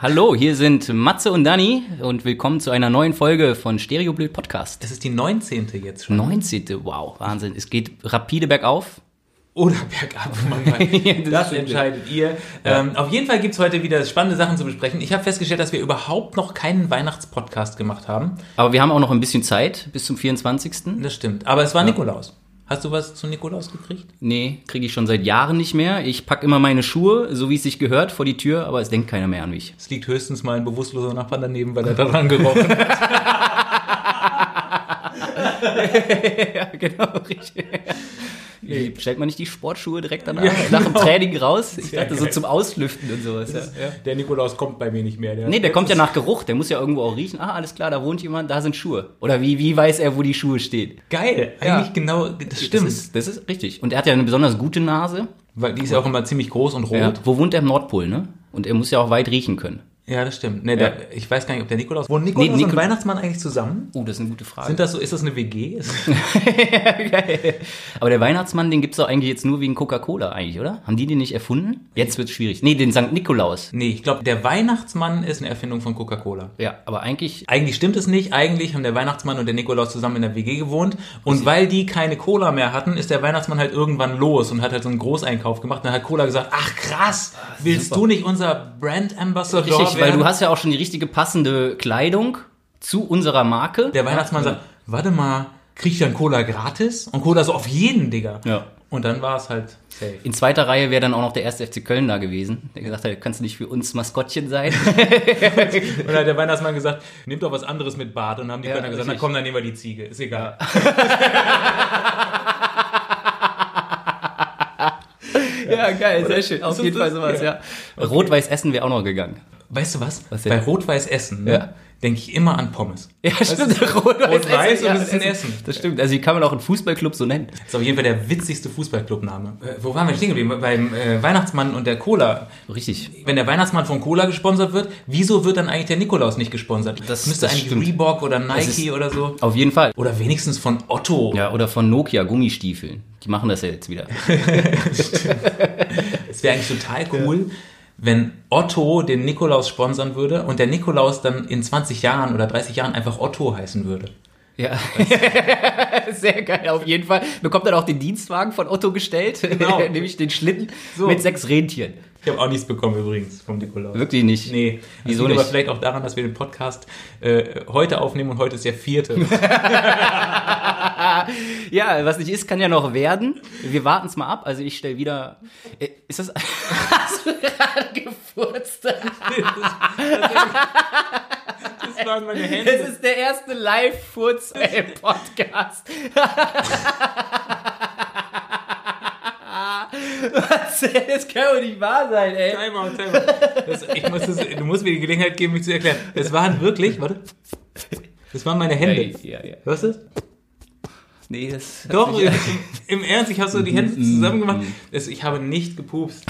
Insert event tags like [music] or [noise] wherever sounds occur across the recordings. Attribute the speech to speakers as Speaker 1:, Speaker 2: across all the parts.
Speaker 1: Hallo, hier sind Matze und Dani und willkommen zu einer neuen Folge von Stereoblöd Podcast.
Speaker 2: Das ist die 19. jetzt schon.
Speaker 1: 19. Wow, Wahnsinn. Es geht rapide bergauf.
Speaker 2: Oder bergab. Manchmal.
Speaker 1: Ja, das
Speaker 2: das
Speaker 1: stimmt.
Speaker 2: entscheidet ihr. Ähm, auf jeden Fall gibt's heute wieder spannende Sachen zu besprechen. Ich habe festgestellt, dass wir überhaupt noch keinen Weihnachtspodcast gemacht haben.
Speaker 1: Aber wir haben auch noch ein bisschen Zeit bis zum 24.
Speaker 2: Das stimmt. Aber es war Nikolaus. Hast du was zu Nikolaus gekriegt?
Speaker 1: Nee, kriege ich schon seit Jahren nicht mehr. Ich packe immer meine Schuhe, so wie es sich gehört, vor die Tür, aber es denkt keiner mehr an mich.
Speaker 2: Es liegt höchstens mal ein bewusstloser Nachbar daneben, weil er daran gerochen hat.
Speaker 1: ja, genau, richtig. Stellt man nicht die Sportschuhe direkt danach, nach dem Training raus? Ich dachte so
Speaker 2: geil.
Speaker 1: zum Auslüften und sowas. Ja.
Speaker 2: Der Nikolaus kommt bei mir nicht mehr.
Speaker 1: Nee, der kommt ja nach Geruch, der muss ja irgendwo auch riechen. Ah, alles klar, da wohnt jemand, da sind Schuhe. Oder wie, wie weiß er, wo die Schuhe stehen?
Speaker 2: Geil.
Speaker 1: Ja.
Speaker 2: Eigentlich genau, das stimmt.
Speaker 1: Das ist, das ist richtig. Und er hat ja eine besonders gute Nase.
Speaker 2: weil die ist ja auch immer ziemlich groß und rot.
Speaker 1: Ja. Wo wohnt er im Nordpol, ne? Und er muss ja auch weit riechen können.
Speaker 2: Ja, das stimmt. Nee, Der, ich weiß gar nicht, ob der Nikolaus. Wohnen
Speaker 1: Nikolaus und
Speaker 2: Weihnachtsmann eigentlich zusammen?
Speaker 1: Oh, das ist eine gute Frage.
Speaker 2: Sind das so, ist das eine WG? Ist-
Speaker 1: Aber der Weihnachtsmann, den gibt's doch eigentlich jetzt nur wegen Coca-Cola eigentlich, oder? Haben die den nicht erfunden? Jetzt wird's schwierig. Nee, den St. Nikolaus.
Speaker 2: nee, ich glaube, der Weihnachtsmann ist eine Erfindung von Coca-Cola.
Speaker 1: Ja, aber eigentlich,
Speaker 2: Eigentlich stimmt es nicht. Eigentlich haben der Weihnachtsmann und der Nikolaus zusammen in der WG gewohnt. Und weil die keine Cola mehr hatten, ist der Weihnachtsmann halt irgendwann los und hat halt so einen Großeinkauf gemacht. Und dann hat Cola gesagt, ach krass, willst
Speaker 1: Ah, super.
Speaker 2: du nicht unser Brand Ambassador
Speaker 1: richtig, weil
Speaker 2: werden?
Speaker 1: du hast ja auch schon die richtige passende Kleidung zu unserer Marke.
Speaker 2: der Weihnachtsmann sagt, warte mal, krieg ich dann Cola gratis? Und Cola so, auf jeden, Digga.
Speaker 1: Ja.
Speaker 2: Und dann war es halt safe.
Speaker 1: [laughs] In zweiter Reihe wäre dann auch noch der erste FC Köln da gewesen, der gesagt hat, kannst du nicht für uns Maskottchen sein?
Speaker 2: Und dann hat der Weihnachtsmann gesagt, nehmt doch was anderes mit Bart. Und dann haben die
Speaker 1: Ja,
Speaker 2: Kölner gesagt, na
Speaker 1: richtig.
Speaker 2: komm, dann nehmen wir die Ziege. Ist egal.
Speaker 1: [laughs] ja, geil, sehr schön. Auf
Speaker 2: So
Speaker 1: jeden
Speaker 2: das-
Speaker 1: Fall sowas, ja.
Speaker 2: ja.
Speaker 1: Rot-Weiß Essen wäre auch noch gegangen.
Speaker 2: Weißt du was?
Speaker 1: Was denn?
Speaker 2: Bei Rot-Weiß Essen ne,
Speaker 1: Ja.
Speaker 2: denke ich immer an Pommes.
Speaker 1: Ja, stimmt. Rot-Weiß
Speaker 2: Rot-Weiß und
Speaker 1: ja,
Speaker 2: es ist ein Essen.
Speaker 1: Das stimmt. Also, die kann man auch einen Fußballclub so nennen.
Speaker 2: Das ist auf jeden Fall der witzigste Fußballclubname. Äh, wo waren wir stehen geblieben? Beim äh, Weihnachtsmann und der Cola.
Speaker 1: Richtig.
Speaker 2: Wenn der Weihnachtsmann von Cola gesponsert wird, wieso wird dann eigentlich der Nikolaus nicht gesponsert?
Speaker 1: Das-
Speaker 2: müsste
Speaker 1: das
Speaker 2: eigentlich
Speaker 1: stimmt.
Speaker 2: Reebok oder
Speaker 1: Es
Speaker 2: Nike
Speaker 1: ist-
Speaker 2: oder so.
Speaker 1: Auf jeden Fall.
Speaker 2: Oder wenigstens von Otto.
Speaker 1: Ja, oder von Nokia, Gummistiefeln. Die machen das ja jetzt wieder.
Speaker 2: Es wäre eigentlich total cool, wenn Otto den Nikolaus sponsern würde und der Nikolaus dann in 20 Jahren oder 30 Jahren einfach Otto heißen würde.
Speaker 1: Ja. [laughs] Sehr geil, auf jeden Fall. Bekommt dann auch den Dienstwagen von Otto gestellt.
Speaker 2: Genau.
Speaker 1: [laughs] Nämlich den Schlitten
Speaker 2: So.
Speaker 1: mit sechs Rentieren.
Speaker 2: Ich habe auch nichts bekommen übrigens vom Nikolaus.
Speaker 1: Wirklich nicht.
Speaker 2: Nee,
Speaker 1: Wieso
Speaker 2: das liegt
Speaker 1: nicht?
Speaker 2: aber vielleicht auch daran, dass wir den Podcast äh, heute aufnehmen und heute ist
Speaker 1: [laughs]
Speaker 2: der vierte.
Speaker 1: Ja, was nicht ist, kann ja noch werden. Wir warten es mal ab. Also ich stelle wieder. Äh, Ist das. [laughs] Hast du gerade gefurzt?
Speaker 2: das waren meine
Speaker 1: Das ist der erste Live-Furz im Podcast. Was? denn? Das kann doch nicht wahr sein, ey.
Speaker 2: Timeout, Timeout. Das, ich muss das, du musst mir die Gelegenheit geben, mich zu erklären. Das waren wirklich, warte. Das waren meine Hände.
Speaker 1: Ey, ja, ja.
Speaker 2: Hörst du das?
Speaker 1: Nee, das. hat
Speaker 2: Doch,
Speaker 1: sich-
Speaker 2: im, im Ernst, ich habe so die Hände zusammen gemacht. Das, ich habe
Speaker 1: [laughs]
Speaker 2: nicht gepupst.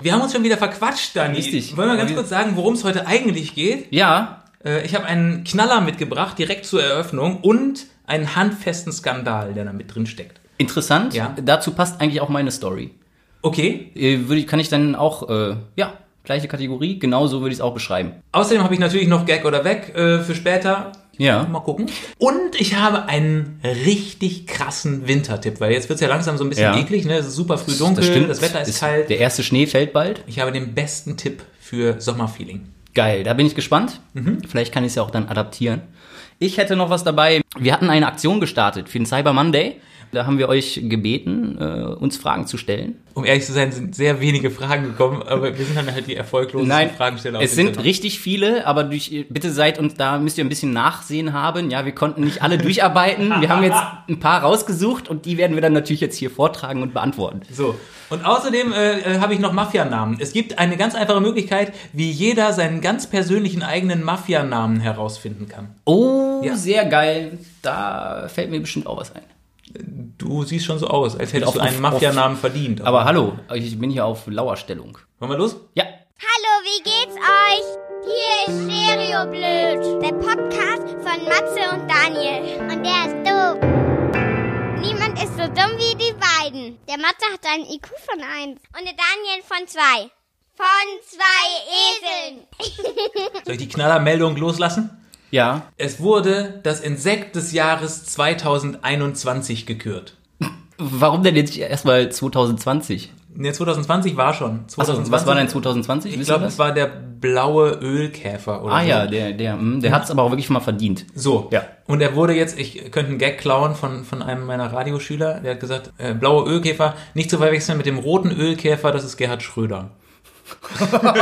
Speaker 2: Wir haben uns schon wieder verquatscht, Dani.
Speaker 1: Richtig.
Speaker 2: Wollen wir ganz kurz sagen, worum es heute eigentlich geht?
Speaker 1: Ja,
Speaker 2: Äh, Ich habe einen Knaller mitgebracht, direkt zur Eröffnung und einen handfesten Skandal, der da mit drin steckt.
Speaker 1: interessant.
Speaker 2: Ja.
Speaker 1: Dazu passt eigentlich auch meine Story.
Speaker 2: Okay.
Speaker 1: Äh, Würde ich, kann ich dann auch. Äh, ja, gleiche Kategorie. Genau so würde ich es auch beschreiben.
Speaker 2: Außerdem habe ich natürlich noch Gag oder Weg äh, für später.
Speaker 1: Ja.
Speaker 2: Mal gucken. Und ich habe einen richtig krassen Wintertipp, weil jetzt wird es ja langsam so ein bisschen
Speaker 1: Ja.
Speaker 2: eklig, ne? Es ist super früh dunkel, das, Wetter ist, kalt.
Speaker 1: Der erste Schnee fällt bald.
Speaker 2: Ich habe den besten Tipp für Sommerfeeling.
Speaker 1: Geil, da bin ich gespannt.
Speaker 2: Mhm.
Speaker 1: Vielleicht kann ich es ja auch dann adaptieren. Ich hätte noch was dabei. Wir hatten eine Aktion gestartet für den Cyber Monday. Da haben wir euch gebeten, äh, uns Fragen zu stellen.
Speaker 2: Um ehrlich zu sein, sind sehr wenige Fragen gekommen, aber wir sind dann halt die erfolglosen Fragensteller. auf
Speaker 1: es sind
Speaker 2: Internet.
Speaker 1: richtig viele, aber durch, bitte seid uns da, müsst ihr ein bisschen Nachsehen haben. Ja, wir konnten nicht alle durcharbeiten. Wir haben jetzt ein paar rausgesucht und die werden wir dann natürlich jetzt hier vortragen und beantworten.
Speaker 2: So. Und außerdem äh, äh, habe ich noch Mafianamen. Es gibt eine ganz einfache Möglichkeit, wie jeder seinen ganz persönlichen eigenen Mafianamen herausfinden kann.
Speaker 1: Oh,
Speaker 2: Ja.
Speaker 1: sehr geil. Da fällt mir bestimmt auch was ein.
Speaker 2: Du siehst schon so aus, als hättest
Speaker 1: Auf-
Speaker 2: du einen
Speaker 1: auf-
Speaker 2: Mafianamen verdient.
Speaker 1: Aber hallo, ich bin hier auf Lauerstellung.
Speaker 2: wollen wir los?
Speaker 1: Ja,
Speaker 3: Hallo, wie geht's euch? Hier ist Stereoblöd, der Podcast von Matze und Daniel. Und der ist doof. Niemand ist so dumm wie die beiden. Der Matze hat einen IQ von 1 und der Daniel von 2. von zwei Eseln.
Speaker 2: Soll ich die Knallermeldung loslassen?
Speaker 1: Ja.
Speaker 2: Es wurde das Insekt des Jahres 2021 gekürt.
Speaker 1: Warum denn jetzt erstmal 2020?
Speaker 2: Ne, 2020 war schon.
Speaker 1: Also, was war denn 2020?
Speaker 2: Ich
Speaker 1: Wisst ihr
Speaker 2: glaube,
Speaker 1: das?
Speaker 2: es war der blaue Ölkäfer oder
Speaker 1: Ah
Speaker 2: so.
Speaker 1: ja, der, der, hm, der hat es aber auch wirklich mal verdient.
Speaker 2: So.
Speaker 1: Ja.
Speaker 2: Und er wurde jetzt, ich könnte einen Gag klauen von, von einem meiner Radioschüler, der hat gesagt, äh, blaue Ölkäfer, nicht zu verwechseln mit dem roten Ölkäfer, das ist
Speaker 1: [laughs]
Speaker 2: Gerhard Schröder. Fand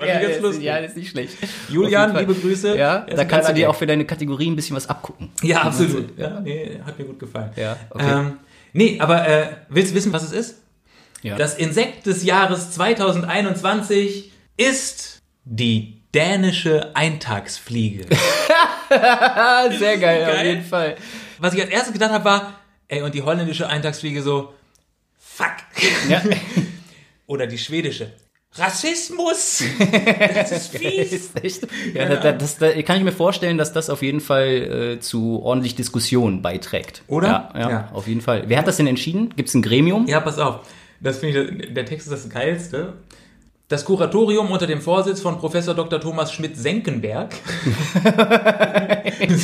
Speaker 2: ich ganz lustig.
Speaker 1: ist nicht schlecht.
Speaker 2: Julian, liebe Grüße.
Speaker 1: Ja,
Speaker 2: Er ist
Speaker 1: da
Speaker 2: ein
Speaker 1: kannst du
Speaker 2: geiler
Speaker 1: dir
Speaker 2: Gag.
Speaker 1: auch für deine Kategorie ein bisschen was abgucken.
Speaker 2: Ja, absolut. Ja, nee, hat mir gut gefallen.
Speaker 1: Ja, okay.
Speaker 2: Ähm, nee, aber äh, willst du wissen, was es ist?
Speaker 1: Ja.
Speaker 2: Das Insekt des Jahres 2021 ist die
Speaker 1: [laughs]
Speaker 2: dänische Eintagsfliege.
Speaker 1: Ah, sehr geil,
Speaker 2: Geil.
Speaker 1: Fall.
Speaker 2: was ich als erstes gedacht habe, war, ey, und die holländische Eintagsfliege so, fuck.
Speaker 1: Ja.
Speaker 2: [laughs] Oder die schwedische.
Speaker 1: [laughs]
Speaker 2: Rassismus! Das ist fies!
Speaker 1: [laughs] Echt? Ja, da, da, das, da kann ich mir vorstellen, dass das auf jeden Fall äh, zu ordentlich Diskussionen beiträgt.
Speaker 2: Oder?
Speaker 1: Ja, ja,
Speaker 2: Ja.
Speaker 1: auf jeden Fall. Wer hat das denn entschieden? Gibt es ein Gremium?
Speaker 2: Ja, pass auf. Das finde ich, der Text ist das Geilste. Das Kuratorium unter dem Vorsitz von Professor Dr. Thomas Schmidt-Senkenberg. [laughs] das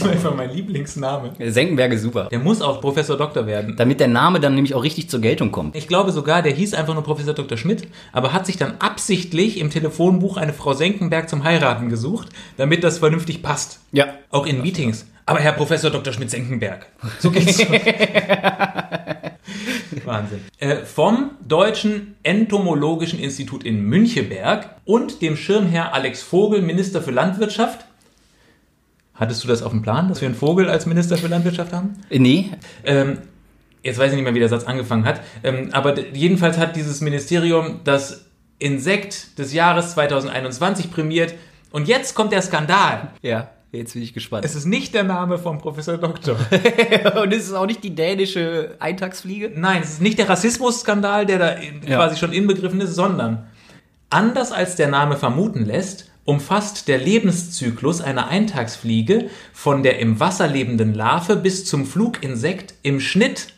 Speaker 2: war einfach mein Lieblingsname.
Speaker 1: Senckenberg ist super.
Speaker 2: Der muss auch Professor Doktor werden.
Speaker 1: Damit der Name dann nämlich auch richtig zur Geltung kommt.
Speaker 2: Ich glaube sogar, der hieß einfach nur Professor Dr. Schmidt, aber hat sich dann absichtlich im Telefonbuch eine Frau Senkenberg zum Heiraten gesucht, damit das vernünftig passt.
Speaker 1: Ja.
Speaker 2: Auch in Meetings. Aber Herr Professor Dr. Schmidt-Senkenberg. So geht's. Wahnsinn. Äh, vom Deutschen Entomologischen Institut in Müncheberg und dem Schirmherr Alex Vogel, Minister für Landwirtschaft. Hattest du das auf dem Plan, dass wir einen Vogel als Minister für Landwirtschaft haben?
Speaker 1: Nee,
Speaker 2: Ähm, jetzt weiß ich nicht mehr, wie der Satz angefangen hat. Ähm, aber d- jedenfalls hat dieses Ministerium das Insekt des Jahres 2021 prämiert. Und jetzt kommt der Skandal.
Speaker 1: Ja, jetzt bin ich gespannt.
Speaker 2: Es ist nicht der Name vom Professor Doktor. [laughs]
Speaker 1: Und es ist auch nicht die dänische Eintagsfliege?
Speaker 2: Nein, es ist nicht der Rassismusskandal, der da in,
Speaker 1: Ja.
Speaker 2: quasi schon inbegriffen ist, sondern anders als der Name vermuten lässt, umfasst der Lebenszyklus einer Eintagsfliege von der im Wasser lebenden Larve bis zum Fluginsekt im Schnitt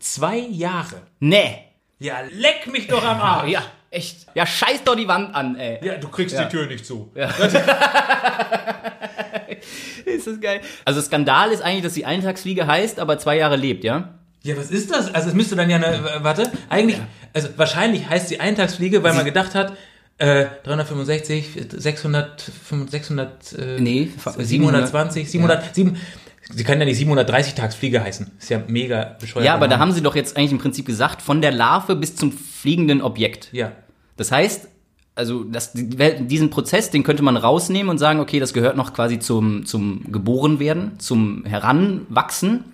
Speaker 2: zwei Jahre.
Speaker 1: Nee.
Speaker 2: Ja, leck mich
Speaker 1: [laughs]
Speaker 2: doch am Arsch.
Speaker 1: Ah, Ja, echt. Ja, scheiß doch die Wand an, ey.
Speaker 2: Ja, du kriegst die Tür nicht zu.
Speaker 1: [laughs] Ist das geil. Also Skandal ist eigentlich, dass die Eintagsfliege heißt, aber zwei Jahre lebt, ja?
Speaker 2: Ja, was ist das? Also es müsste dann ja eine, warte, eigentlich, also wahrscheinlich heißt sie Eintagsfliege, weil man gedacht hat, äh, 365, 600, 600, äh,
Speaker 1: Nee,
Speaker 2: 720, 700, sieben- sie kann ja nicht 730 Tagsfliege heißen. Ist ja mega bescheuert.
Speaker 1: Ja, genau. aber da haben sie doch jetzt eigentlich im Prinzip gesagt, von der Larve bis zum fliegenden Objekt.
Speaker 2: Ja,
Speaker 1: Das heißt, also das, diesen Prozess, den könnte man rausnehmen und sagen, okay, das gehört noch quasi zum, zum Geborenwerden, zum Heranwachsen.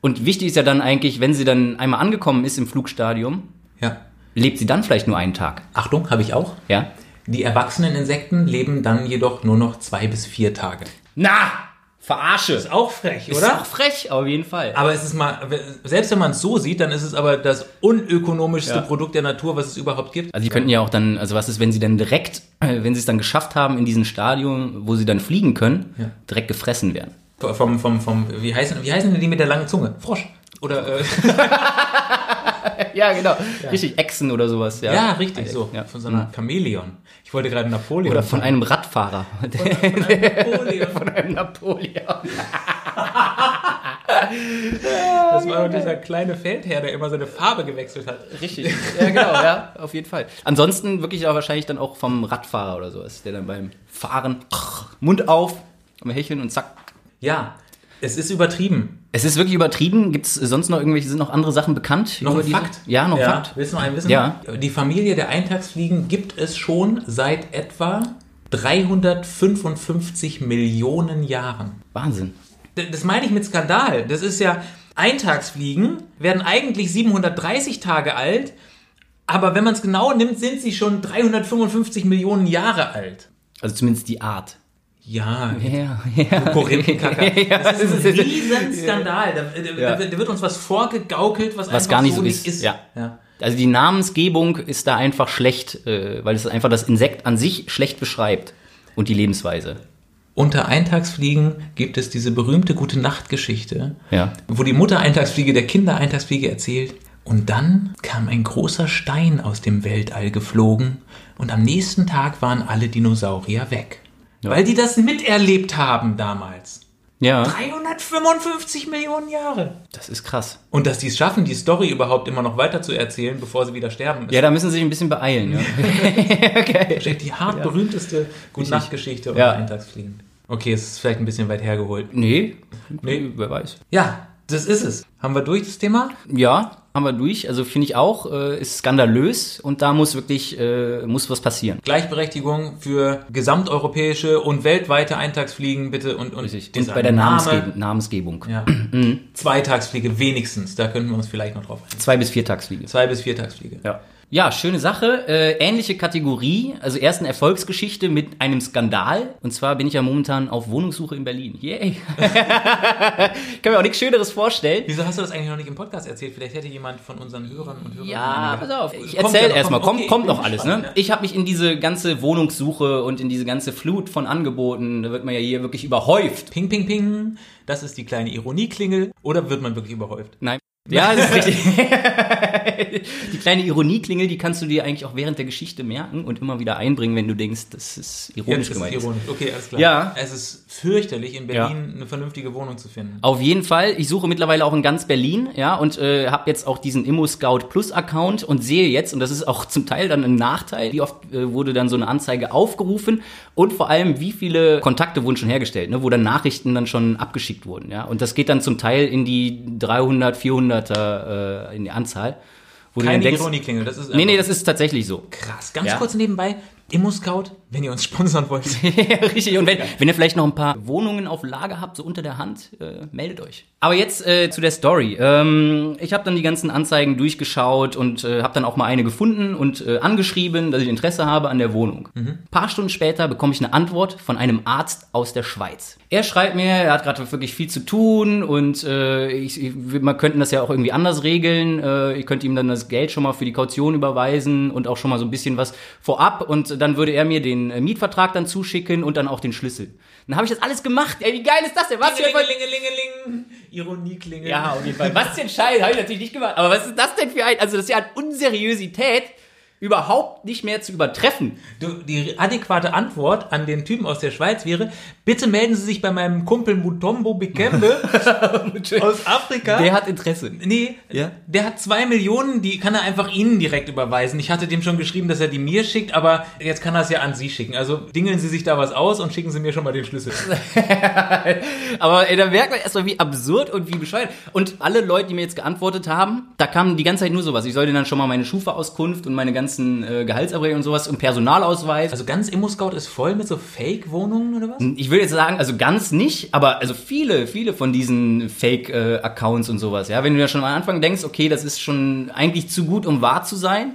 Speaker 1: Und wichtig ist ja dann eigentlich, wenn sie dann einmal angekommen ist im Flugstadium,
Speaker 2: ja.
Speaker 1: lebt sie dann vielleicht nur einen Tag.
Speaker 2: Achtung, habe ich auch.
Speaker 1: Ja?
Speaker 2: Die erwachsenen Insekten leben dann jedoch nur noch zwei bis vier Tage.
Speaker 1: Na! Verarsche!
Speaker 2: Ist auch frech,
Speaker 1: Ist
Speaker 2: oder?
Speaker 1: auch frech, auf jeden Fall.
Speaker 2: Aber es ist mal, selbst wenn man es so sieht, dann ist es aber das unökonomischste
Speaker 1: Ja.
Speaker 2: Produkt der Natur, was es überhaupt gibt.
Speaker 1: Also die könnten ja auch dann, also was ist, wenn sie dann direkt, äh, wenn sie es dann geschafft haben in diesem Stadium, wo sie dann fliegen können,
Speaker 2: Ja.
Speaker 1: direkt gefressen werden.
Speaker 2: Vom, vom, vom, wie heißen, wie heißen denn die mit der langen Zunge? Frosch. Oder,
Speaker 1: [laughs]
Speaker 2: äh,
Speaker 1: Ja, genau. Richtig, Echsen oder sowas. Ja,
Speaker 2: ja, richtig, so.
Speaker 1: Ja. Mhm.
Speaker 2: Von so einer Chamäleon. Ich wollte gerade Napoleon.
Speaker 1: Oder von einem [laughs] Radfahrer.
Speaker 2: Napoleon.
Speaker 1: Von einem Napoleon.
Speaker 2: Das war doch dieser kleine Feldherr, der immer seine Farbe gewechselt hat.
Speaker 1: Richtig. Ja, genau, ja, auf jeden Fall. Ansonsten wirklich auch wahrscheinlich dann auch vom Radfahrer oder sowas, der dann beim Fahren Mund auf, am Hecheln und zack.
Speaker 2: Ja, es ist übertrieben.
Speaker 1: Es ist wirklich übertrieben. Gibt es sonst noch irgendwelche, sind noch andere Sachen bekannt?
Speaker 2: Noch
Speaker 1: über
Speaker 2: ein
Speaker 1: diese-
Speaker 2: Fakt?
Speaker 1: Ja, noch ein Fakt.
Speaker 2: Willst du noch einen wissen?
Speaker 1: Ja.
Speaker 2: Die Familie der Eintagsfliegen gibt es schon seit etwa 355 Millionen Jahren.
Speaker 1: Wahnsinn.
Speaker 2: D- Das meine ich mit Skandal. Das ist ja, Eintagsfliegen werden eigentlich 730 Tage alt, aber wenn man es genau nimmt, sind sie schon 355 Millionen Jahre alt.
Speaker 1: Also zumindest die Art. [laughs]
Speaker 2: Ja,
Speaker 1: Ja, ja.
Speaker 2: Korinthenkacker.
Speaker 1: [laughs] Ja,
Speaker 2: Das ist
Speaker 1: das
Speaker 2: ein
Speaker 1: ist-
Speaker 2: Riesenskandal. Da, äh,
Speaker 1: Ja.
Speaker 2: da, da wird uns was vorgegaukelt, was, einfach
Speaker 1: gar nicht so ist.
Speaker 2: nicht ist.
Speaker 1: Ja. Also die Namensgebung ist da einfach schlecht, äh, weil es einfach das Insekt an sich schlecht beschreibt und die Lebensweise.
Speaker 2: Unter Eintagsfliegen gibt es diese berühmte Gute-Nacht-Geschichte,
Speaker 1: Ja.
Speaker 2: wo die Mutter Eintagsfliege der Kinder Eintagsfliege erzählt, Und dann kam ein großer Stein aus dem Weltall geflogen und am nächsten Tag waren alle Dinosaurier weg. Weil die das miterlebt haben damals.
Speaker 1: Ja,
Speaker 2: 355 Millionen Jahre.
Speaker 1: das ist krass.
Speaker 2: Und dass die es schaffen, die Story überhaupt immer noch weiter zu erzählen, bevor sie wieder sterben. ist
Speaker 1: Ja, da müssen sie sich ein bisschen beeilen. Ja.
Speaker 2: wahrscheinlich die hart berühmteste Gute-Nacht-Geschichte
Speaker 1: Ja.
Speaker 2: oder Eintagsfliegen. Okay, es ist vielleicht ein bisschen weit hergeholt.
Speaker 1: [laughs] Nee,
Speaker 2: Nee.
Speaker 1: wer weiß.
Speaker 2: Ja, das ist es. Haben wir durch das Thema?
Speaker 1: Ja, haben wir durch. Also finde ich auch, äh, ist skandalös und da muss wirklich, äh, muss was passieren.
Speaker 2: Gleichberechtigung für gesamteuropäische und weltweite Eintagsfliegen bitte und, und,
Speaker 1: Richtig. Und
Speaker 2: dieser
Speaker 1: bei der
Speaker 2: Name.
Speaker 1: Namensgebung. Mhm. Namensgebung. [clears throat]
Speaker 2: Ja. Zweitagsfliege wenigstens, da könnten wir uns vielleicht noch drauf einigen.
Speaker 1: Zwei- bis Viertagsfliege.
Speaker 2: Zwei- bis Viertagsfliege.
Speaker 1: Ja. Ja, schöne Sache. Äh, ähnliche Kategorie, also erst eine Erfolgsgeschichte mit einem Skandal. Und zwar bin ich ja momentan auf Wohnungssuche in Berlin. Yay! [laughs] ich kann mir auch nichts Schöneres vorstellen.
Speaker 2: Wieso hast du das eigentlich noch nicht im Podcast erzählt? Vielleicht hätte jemand von unseren Hörern und Hörern.
Speaker 1: Ja, pass auf. Ich
Speaker 2: Kommt
Speaker 1: erzähle
Speaker 2: ja noch,
Speaker 1: erstmal.
Speaker 2: kommt,
Speaker 1: Kommt, kommt
Speaker 2: okay, ich bin
Speaker 1: noch alles,
Speaker 2: gespannt,
Speaker 1: ne?
Speaker 2: ja.
Speaker 1: Ich habe mich in diese ganze Wohnungssuche und in diese ganze Flut von Angeboten, da wird man ja hier wirklich überhäuft.
Speaker 2: Ping, ping, ping. Das ist die kleine Ironieklingel. Oder wird man wirklich überhäuft?
Speaker 1: Nein. Ja, das ist richtig.
Speaker 2: [laughs]
Speaker 1: die kleine Ironieklingel, die kannst du dir eigentlich auch während der Geschichte merken und immer wieder einbringen, wenn du denkst, das ist ironisch
Speaker 2: Jetzt ist
Speaker 1: gemeint.
Speaker 2: es
Speaker 1: ist.
Speaker 2: ironisch. Okay, alles klar.
Speaker 1: Ja.
Speaker 2: Es ist fürchterlich, in
Speaker 1: Ja.
Speaker 2: Berlin eine vernünftige Wohnung zu finden.
Speaker 1: Auf jeden Fall. Ich suche mittlerweile auch in ganz Berlin, ja, und äh, habe jetzt auch diesen ImmoScout Plus Account und sehe jetzt, und das ist auch zum Teil dann ein Nachteil, wie oft äh, wurde dann so eine Anzeige aufgerufen und vor allem, wie viele Kontakte wurden schon hergestellt, ne, wo dann Nachrichten dann schon abgeschickt wurden, ja. Und das geht dann zum Teil in die 300, 400er äh, in die Anzahl. Wo du
Speaker 2: Keine
Speaker 1: dann denkst,
Speaker 2: Ironieklingel. Das ist
Speaker 1: Nee,
Speaker 2: einfach-
Speaker 1: nee, das ist tatsächlich so.
Speaker 2: Krass, ganz
Speaker 1: Ja.
Speaker 2: kurz nebenbei, Immo-Scout, wenn ihr uns
Speaker 1: [laughs]
Speaker 2: sponsern wollt.
Speaker 1: Ja, Richtig, und wenn, wenn ihr vielleicht noch ein paar Wohnungen auf Lager habt, so unter der Hand, äh, meldet euch. Aber jetzt äh, zu der Story. Ähm, ich habe dann die ganzen Anzeigen durchgeschaut und äh, habe dann auch mal eine gefunden und äh, angeschrieben, dass ich Interesse habe an der Wohnung. Ein paar Stunden später bekomme ich eine Antwort von einem Arzt aus der Schweiz. Er schreibt mir, er hat gerade wirklich viel zu tun und äh, ich, ich, wir könnten das ja auch irgendwie anders regeln. Äh, ihr könnt ihm dann das Geld schon mal für die Kaution überweisen und auch schon mal so ein bisschen was vorab und dann würde er mir den äh, Mietvertrag dann zuschicken und dann auch den Schlüssel. Dann habe ich das alles gemacht. Ey, wie geil ist das denn? Was für ein
Speaker 2: Klingelingelingeling, Ironieklingel.
Speaker 1: ja, auf jeden Fall. Was für ein Scheiß, habe ich natürlich nicht gemacht. Aber was ist das denn für ein, also das ist ja an Unseriösität überhaupt nicht mehr zu übertreffen.
Speaker 2: Du, die adäquate Antwort an den Typen aus der Schweiz wäre, bitte melden Sie sich bei meinem Kumpel
Speaker 1: [laughs]
Speaker 2: Mutombo Bekembe aus Afrika.
Speaker 1: Der hat Interesse.
Speaker 2: Nee,
Speaker 1: Ja?
Speaker 2: der hat zwei Millionen, die kann er einfach Ihnen direkt überweisen. Ich hatte dem schon geschrieben, dass er die mir schickt, aber jetzt kann er es ja an Sie schicken. Also dingeln Sie sich da was aus und schicken Sie mir schon mal
Speaker 1: [laughs]
Speaker 2: den Schlüssel.
Speaker 1: Aber ey, da merkt man erstmal, wie absurd und wie bescheuert. Und alle Leute, die mir jetzt geantwortet haben, da kam die ganze Zeit nur sowas. Ich sollte dann schon mal meine Schufa-Auskunft und meine ganzen äh, Gehaltsabrechnungen und sowas und Personalausweis.
Speaker 2: Also ganz Immo-Scout ist voll mit so Fake-Wohnungen oder was?
Speaker 1: Ich will jetzt sagen, also ganz nicht, aber also viele, viele von diesen Fake-Accounts und sowas. Ja, wenn du ja schon am Anfang denkst, okay, das ist schon eigentlich zu gut, um wahr zu sein.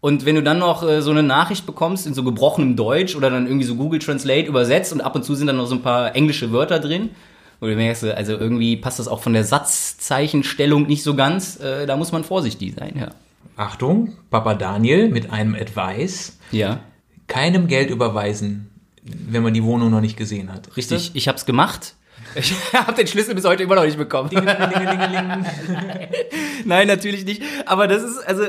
Speaker 1: Und wenn du dann noch äh, so eine Nachricht bekommst in so gebrochenem Deutsch oder dann irgendwie so Google Translate übersetzt und ab und zu sind dann noch so ein paar englische Wörter drin, wo du merkst, äh, also irgendwie passt das auch von der Satzzeichenstellung nicht so ganz, äh, da muss man vorsichtig sein, ja.
Speaker 2: Achtung, Papa Daniel mit einem Advice.
Speaker 1: Ja.
Speaker 2: Keinem Geld überweisen, wenn man die Wohnung noch nicht gesehen hat.
Speaker 1: Richtig, ich hab's gemacht. [laughs] Ich hab den Schlüssel bis heute immer noch nicht bekommen.
Speaker 2: [laughs] Dingelingelingeling.
Speaker 1: [laughs] Nein, natürlich nicht. Aber das ist, also,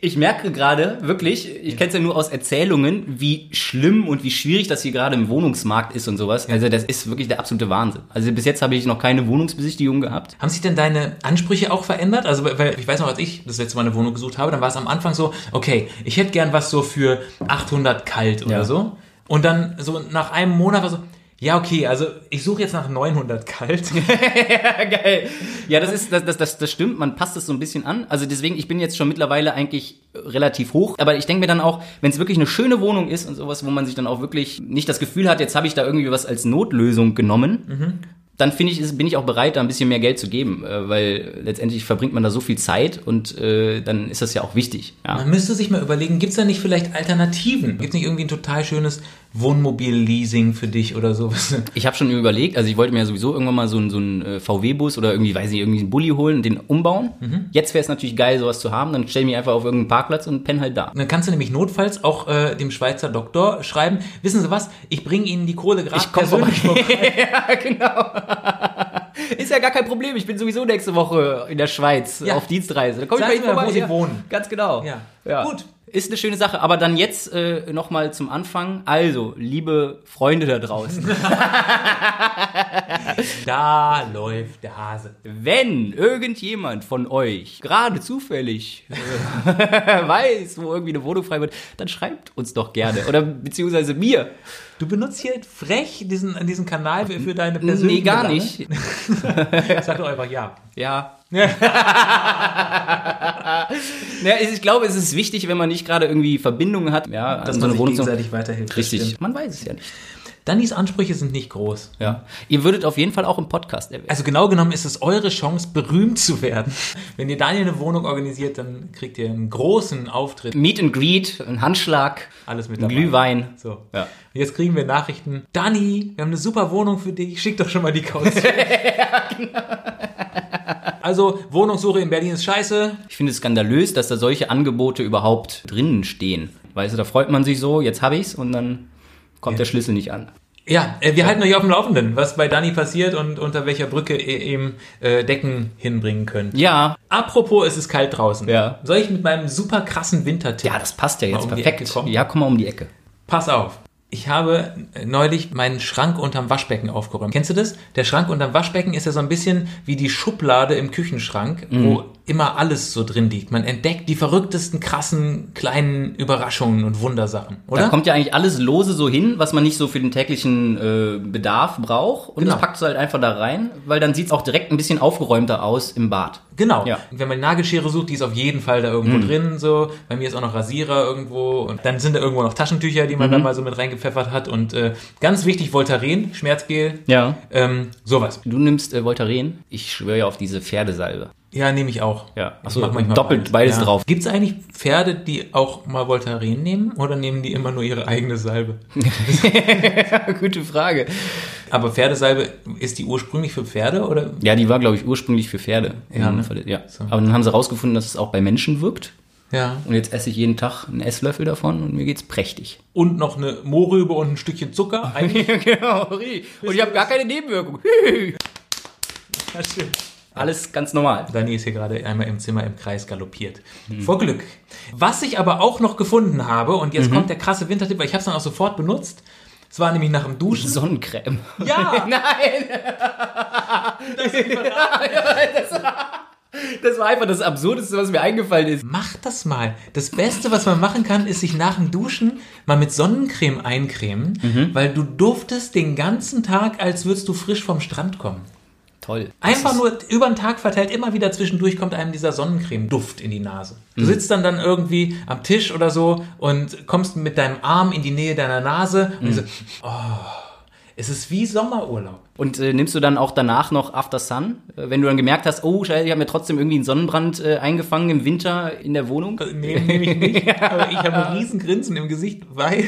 Speaker 1: ich merke gerade wirklich, ich kenne es ja nur aus Erzählungen, wie schlimm und wie schwierig das hier gerade im Wohnungsmarkt ist und sowas. Also, das ist wirklich der absolute Wahnsinn. Also, bis jetzt habe ich noch keine Wohnungsbesichtigung gehabt.
Speaker 2: Haben sich denn deine Ansprüche auch verändert? Also, weil ich weiß noch, als ich das letzte Mal eine Wohnung gesucht habe, dann war es am Anfang so, okay, ich hätte gern was so für 800 kalt oder
Speaker 1: Ja.
Speaker 2: so. Und dann so nach einem Monat war so, ja, okay, also ich suche jetzt nach 900 kalt.
Speaker 1: Geil. Ja, das ist, das, das, das, das stimmt, man passt es so ein bisschen an. Also deswegen, ich bin jetzt schon mittlerweile eigentlich relativ hoch. Aber ich denke mir dann auch, wenn es wirklich eine schöne Wohnung ist und sowas, wo man sich dann auch wirklich nicht das Gefühl hat, jetzt habe ich da irgendwie was als Notlösung genommen. Dann finde ich, ist- bin ich auch bereit, da ein bisschen mehr Geld zu geben, äh, weil letztendlich verbringt man da so viel Zeit und äh, dann ist das ja auch wichtig. Ja.
Speaker 2: Man müsste sich mal überlegen, gibt es da nicht vielleicht Alternativen? Gibt es nicht irgendwie ein total schönes Wohnmobil-Leasing für dich oder sowas?
Speaker 1: Ich habe schon überlegt, also ich wollte mir ja sowieso irgendwann mal so einen, so einen äh, VW-Bus oder irgendwie, weiß nicht, irgendwie einen Bulli holen und den umbauen. Jetzt wäre es natürlich geil, sowas zu haben. Dann stell ich mich einfach auf irgendeinen Parkplatz und penn halt da.
Speaker 2: Und Dann kannst du nämlich notfalls auch äh, dem Schweizer Doktor schreiben, wissen Sie was, ich bringe Ihnen die Kohle gerade
Speaker 1: Ich komm [laughs]
Speaker 2: persönlich vorbei.
Speaker 1: ja, genau. Ist ja gar kein Problem. Ich bin sowieso nächste Woche in der Schweiz
Speaker 2: Ja.
Speaker 1: auf Dienstreise. Da komme ich
Speaker 2: Sag
Speaker 1: bei Ihnen
Speaker 2: mir,
Speaker 1: vorbei.
Speaker 2: wo Sie
Speaker 1: ja.
Speaker 2: wohnen.
Speaker 1: Ganz genau.
Speaker 2: Ja. Gut.
Speaker 1: Ist eine schöne Sache. Aber dann jetzt äh, nochmal zum Anfang. Also, liebe Freunde da
Speaker 2: [laughs]
Speaker 1: draußen,
Speaker 2: [laughs] Da läuft der Hase.
Speaker 1: wenn irgendjemand von euch gerade zufällig äh, [laughs] weiß, wo irgendwie eine Wohnung frei wird, dann schreibt uns doch gerne. Oder beziehungsweise mir.
Speaker 2: Du benutzt hier frech diesen, diesen Kanal für, für deine persönliche.
Speaker 1: Nee, gar
Speaker 2: Belange. [laughs]
Speaker 1: nicht.
Speaker 2: Sag doch einfach ja.
Speaker 1: Ja. [laughs] ja, es- ich glaube, es ist wichtig, wenn man nicht gerade irgendwie Verbindungen hat, ja, an so eine Wohnung zu-
Speaker 2: weiterhilft.
Speaker 1: Richtig.
Speaker 2: Richtig.
Speaker 1: Man weiß es ja nicht.
Speaker 2: Dannys Ansprüche sind nicht groß.
Speaker 1: Ja. Ihr würdet auf jeden Fall auch im Podcast erwähnt.
Speaker 2: Also genau genommen ist es eure Chance, berühmt zu werden. [laughs] Wenn ihr Daniel eine Wohnung organisiert, dann kriegt ihr einen großen Auftritt.
Speaker 1: Meet and Greet, ein Handschlag,
Speaker 2: Alles mit
Speaker 1: ein
Speaker 2: dabei.
Speaker 1: Glühwein.
Speaker 2: So.
Speaker 1: Ja.
Speaker 2: Und jetzt kriegen wir Nachrichten. Dani, wir haben eine super Wohnung für dich. Schick doch schon mal
Speaker 1: [laughs]
Speaker 2: die Couch.
Speaker 1: genau.
Speaker 2: Also, Wohnungssuche in Berlin ist scheiße.
Speaker 1: Ich finde es skandalös, dass da solche Angebote überhaupt drinnen stehen. Weißt du, da freut man sich so, jetzt habe ich's und dann kommt der Schlüssel nicht an.
Speaker 2: Ja, äh, wir halten euch auf dem Laufenden, was bei Dani passiert und unter welcher Brücke ihr eben äh, Decken hinbringen könnt.
Speaker 1: Ja.
Speaker 2: Apropos, es ist kalt draußen.
Speaker 1: Ja.
Speaker 2: Soll ich mit meinem super krassen Wintertipp?
Speaker 1: Ja, das passt ja
Speaker 2: Mal
Speaker 1: jetzt
Speaker 2: um die Ecke
Speaker 1: perfekt.
Speaker 2: kommen.
Speaker 1: Ja, komm mal um die Ecke.
Speaker 2: Pass auf. Ich habe neulich meinen Schrank unterm Waschbecken aufgeräumt. Kennst du das? Der Schrank unterm Waschbecken ist ja so ein bisschen wie die Schublade im Küchenschrank,
Speaker 1: Mhm.
Speaker 2: wo immer alles so drin liegt. Man entdeckt die verrücktesten, krassen, kleinen Überraschungen und Wundersachen, oder?
Speaker 1: Da kommt ja eigentlich alles lose so hin, was man nicht so für den täglichen äh, Bedarf braucht. Und
Speaker 2: Genau.
Speaker 1: das packst du halt einfach da rein, weil dann sieht es auch direkt ein bisschen aufgeräumter aus im Bad.
Speaker 2: Genau.
Speaker 1: Ja. Mhm.
Speaker 2: Wenn man Nagelschere sucht, die ist auf jeden Fall da irgendwo drin. So, bei mir ist auch noch Rasierer irgendwo und dann sind da irgendwo noch Taschentücher, die
Speaker 1: Mhm.
Speaker 2: man da mal so mit reingepfeffert hat und äh, ganz wichtig Voltaren, Schmerzgel,
Speaker 1: Ja.
Speaker 2: ähm, sowas.
Speaker 1: Du nimmst äh, Voltaren. Ich schwöre ja auf diese Pferdesalbe.
Speaker 2: Ja, nehme ich auch.
Speaker 1: Ja.
Speaker 2: Ich
Speaker 1: Achso,
Speaker 2: mach manchmal
Speaker 1: doppelt beides drauf.
Speaker 2: Gibt es eigentlich Pferde, die auch mal Voltaren nehmen oder nehmen die immer nur ihre eigene Salbe?
Speaker 1: Gute Frage.
Speaker 2: Aber Pferdesalbe ist die ursprünglich für Pferde oder?
Speaker 1: Ja, die war, glaube ich, ursprünglich für Pferde.
Speaker 2: Ja, ne?
Speaker 1: ja.
Speaker 2: So.
Speaker 1: Aber dann haben sie rausgefunden, dass es auch bei Menschen wirkt.
Speaker 2: Ja.
Speaker 1: Und jetzt esse ich jeden Tag einen Esslöffel davon und mir geht's [laughs] prächtig.
Speaker 2: Und noch eine Mohrrübe und ein
Speaker 1: [laughs]
Speaker 2: Stückchen Zucker. Eigentlich
Speaker 1: genau. Und ich habe gar keine Nebenwirkung. [laughs]
Speaker 2: ja, stimmt.
Speaker 1: Alles ganz normal.
Speaker 2: Dani ist hier gerade einmal im Zimmer im Kreis galoppiert.
Speaker 1: Hm.
Speaker 2: Vor Glück. Was ich aber auch noch gefunden habe, und
Speaker 1: Mhm.
Speaker 2: jetzt kommt der krasse Wintertipp, weil ich habe es dann auch sofort benutzt. Es war nämlich nach dem Duschen.
Speaker 1: Sonnencreme.
Speaker 2: Ja.
Speaker 1: Nein! [laughs] Das war einfach das Absurdeste, was mir eingefallen ist.
Speaker 2: Macht das mal. Das Beste, was man machen kann, ist sich nach dem Duschen mal mit Sonnencreme eincremen, weil du duftest den ganzen Tag, als würdest du frisch vom Strand kommen.
Speaker 1: Toll.
Speaker 2: Einfach nur über den Tag verteilt, immer wieder zwischendurch kommt einem dieser Sonnencreme-Duft in die Nase. Du sitzt dann dann irgendwie am Tisch oder so und kommst mit deinem Arm in die Nähe deiner Nase und so, oh, es ist wie Sommerurlaub.
Speaker 1: Und äh, nimmst du dann auch danach noch After Sun, äh, wenn du dann gemerkt hast, oh scheiße, ich habe mir trotzdem irgendwie einen Sonnenbrand äh, eingefangen im Winter in der Wohnung?
Speaker 2: Nee, nehme ich
Speaker 1: [laughs]
Speaker 2: nicht, aber ich habe ein riesen Grinsen im Gesicht, weil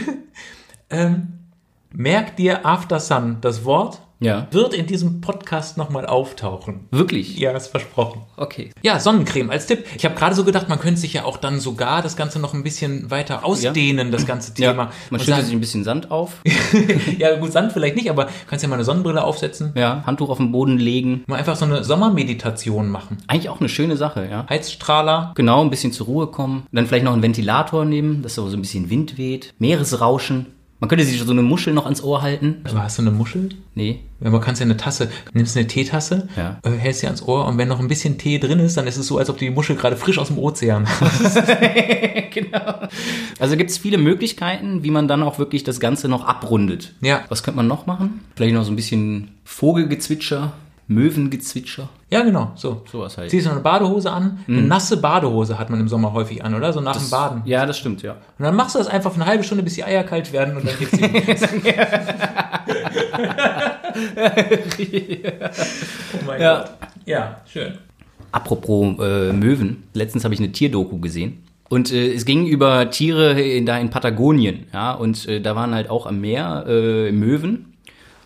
Speaker 2: ähm, merk dir After Sun, das Wort
Speaker 1: Ja.
Speaker 2: wird in diesem Podcast nochmal auftauchen.
Speaker 1: Wirklich?
Speaker 2: Ja, ist versprochen.
Speaker 1: Okay.
Speaker 2: Ja, Sonnencreme als Tipp. Ich habe gerade so gedacht, man könnte sich ja auch dann sogar das Ganze noch ein bisschen weiter ausdehnen, das ganze
Speaker 1: [laughs] Ja,
Speaker 2: Thema.
Speaker 1: man
Speaker 2: Und
Speaker 1: schüttet
Speaker 2: sagen,
Speaker 1: sich ein bisschen Sand auf,
Speaker 2: [laughs] ja, gut, Sand vielleicht nicht, aber kannst ja mal eine Sonnenbrille aufsetzen.
Speaker 1: ja, Handtuch auf den Boden legen.
Speaker 2: Mal einfach so eine Sommermeditation machen.
Speaker 1: Eigentlich auch eine schöne Sache, ja.
Speaker 2: Heizstrahler.
Speaker 1: Genau, ein bisschen zur Ruhe kommen. Dann vielleicht noch einen Ventilator nehmen, dass so ein bisschen Wind weht. Meeresrauschen. Man könnte sich so eine Muschel noch ans Ohr halten.
Speaker 2: Aber hast du eine Muschel?
Speaker 1: Nee,
Speaker 2: Ja, man kannst ja eine Tasse, nimmst eine Teetasse,
Speaker 1: Ja.
Speaker 2: äh, hältst sie ans Ohr und wenn noch ein bisschen Tee drin ist, dann ist es so, als ob du die Muschel gerade frisch aus
Speaker 1: [laughs]
Speaker 2: dem Ozean.
Speaker 1: genau. Also gibt es viele Möglichkeiten, wie man dann auch wirklich das Ganze noch abrundet.
Speaker 2: Ja.
Speaker 1: Was könnte man noch machen? Vielleicht noch so ein bisschen Vogelgezwitscher, Möwengezwitscher.
Speaker 2: ja, genau, so.
Speaker 1: Sowas halt.
Speaker 2: Ziehst du eine Badehose an? Eine nasse Badehose hat man im Sommer häufig an, oder? So nach dem Baden.
Speaker 1: Ja, das stimmt, ja.
Speaker 2: Und dann machst du das einfach für eine halbe Stunde, bis die Eier kalt werden und dann geht's dir. [laughs] oh mein
Speaker 1: Ja.
Speaker 2: Gott. Ja, schön.
Speaker 1: Apropos äh, Möwen. Letztens habe ich eine Tierdoku gesehen. Und äh, es ging über Tiere in, da in Patagonien. Ja, und äh, da waren halt auch am Meer äh, Möwen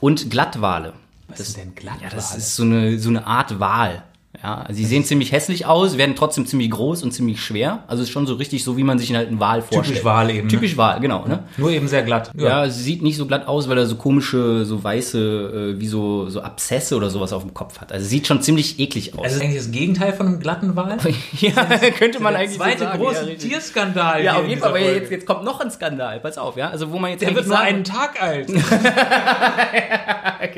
Speaker 1: und Glattwale.
Speaker 2: Was ist denn glatt?
Speaker 1: Ja, das ist so eine, so eine Art Wal. Ja, also sie sehen ziemlich hässlich aus, werden trotzdem ziemlich groß und ziemlich schwer. Also ist schon so richtig so, wie man sich ihn halt einen Wal vorstellt.
Speaker 2: Wal eben, ne?
Speaker 1: Typisch Wal, genau. Ne?
Speaker 2: Nur eben sehr glatt.
Speaker 1: Ja, sie sieht nicht so glatt aus, weil er so komische, so weiße, äh, wie so, so Abszesse oder sowas auf dem Kopf hat. Also sieht schon ziemlich eklig aus.
Speaker 2: Also ist eigentlich das Gegenteil von einem glatten Wal.
Speaker 1: [laughs] ja, könnte man eigentlich
Speaker 2: Zweite
Speaker 1: so sagen. ja,
Speaker 2: große
Speaker 1: richtig.
Speaker 2: Tierskandal.
Speaker 1: Ja,
Speaker 2: hier
Speaker 1: auf
Speaker 2: in
Speaker 1: jeden
Speaker 2: dieser
Speaker 1: Fall, aber
Speaker 2: Folge.
Speaker 1: jetzt, jetzt kommt noch ein Skandal, pass auf, ja. Also wo man jetzt
Speaker 2: Der wird
Speaker 1: eigentlich
Speaker 2: nur
Speaker 1: sagen-
Speaker 2: einen Tag alt.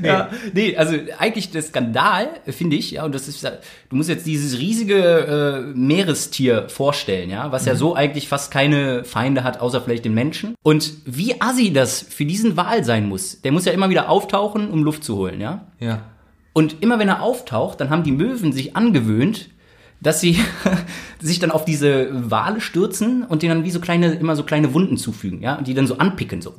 Speaker 1: Ja, nee, also eigentlich der Skandal, finde ich, ja, und das ist, du musst jetzt dieses riesige äh, Meerestier vorstellen, ja, was ja so eigentlich fast keine Feinde hat, außer vielleicht den Menschen. Und wie assi das für diesen Wal sein muss, der muss ja immer wieder auftauchen, um Luft zu holen, ja.
Speaker 2: ja.
Speaker 1: Und immer wenn er auftaucht, dann haben die Möwen sich angewöhnt, dass sie [laughs] sich dann auf diese Wale stürzen und denen dann wie so kleine, immer so kleine Wunden zufügen, ja, und die dann so anpicken, so.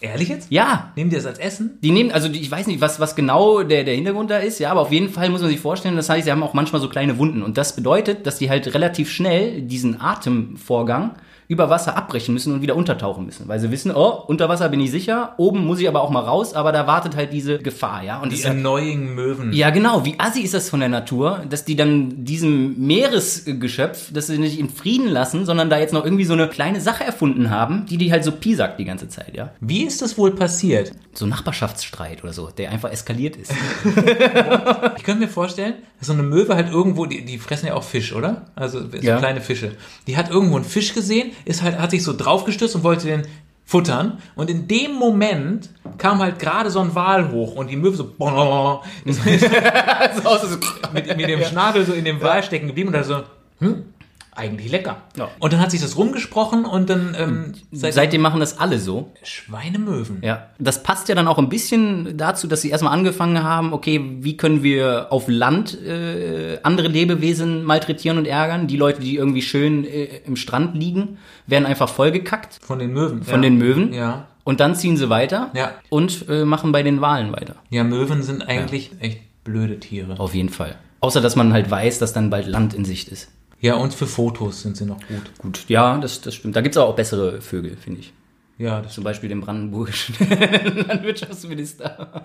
Speaker 2: Ehrlich jetzt?
Speaker 1: Ja,
Speaker 2: Nehmen die das als Essen?
Speaker 1: die nehmen, also die, ich weiß nicht, was, was genau der, der Hintergrund da ist, ja, aber auf jeden Fall muss man sich vorstellen, das heißt, sie haben auch manchmal so kleine Wunden. Und das bedeutet, dass die halt relativ schnell diesen Atemvorgang über Wasser abbrechen müssen und wieder untertauchen müssen. Weil sie wissen, oh, unter Wasser bin ich sicher, oben muss ich aber auch mal raus, aber da wartet halt diese Gefahr, ja. Und das
Speaker 2: Die
Speaker 1: ist ja,
Speaker 2: annoying Möwen.
Speaker 1: ja, genau, wie assi ist das von der Natur, dass die dann diesem Meeresgeschöpf, dass sie nicht in Frieden lassen, sondern da jetzt noch irgendwie so eine kleine Sache erfunden haben, die die halt so piesackt die ganze Zeit, ja.
Speaker 2: Wie ist das wohl passiert?
Speaker 1: So Nachbarschaftsstreit oder so, der einfach eskaliert ist.
Speaker 2: Ich könnte mir vorstellen, dass so eine Möwe halt irgendwo, die, die fressen ja auch Fisch, oder? Also so
Speaker 1: Ja.
Speaker 2: kleine Fische. Die hat irgendwo einen Fisch gesehen, ist halt, hat sich so draufgestürzt und wollte den futtern. Und in dem Moment kam halt gerade so ein Wal hoch und die Möwe so [laughs] ist mit, mit dem Schnabel so in dem Wal stecken geblieben und dann so, hm, eigentlich lecker.
Speaker 1: Ja.
Speaker 2: Und dann hat sich das rumgesprochen und dann ähm, seit
Speaker 1: Seitdem machen das alle so.
Speaker 2: Schweinemöwen.
Speaker 1: Ja. Das passt ja dann auch ein bisschen dazu, dass sie erstmal angefangen haben, okay, wie können wir auf Land äh, andere Lebewesen malträtieren und ärgern? Die Leute, die irgendwie schön äh, im Strand liegen, werden einfach vollgekackt
Speaker 2: Von den Möwen.
Speaker 1: von den Möwen.
Speaker 2: Ja.
Speaker 1: Und dann ziehen sie weiter
Speaker 2: Ja.
Speaker 1: und äh, machen bei den Walen weiter.
Speaker 2: Ja, Möwen sind eigentlich echt blöde Tiere.
Speaker 1: Auf jeden Fall. Außer, dass man halt weiß, dass dann bald Land in Sicht ist.
Speaker 2: Ja, und für Fotos sind sie noch gut.
Speaker 1: Gut, ja, das, das stimmt. Da gibt's auch bessere Vögel, finde ich.
Speaker 2: Ja, das
Speaker 1: Zum Beispiel den brandenburgischen [laughs] Landwirtschaftsminister.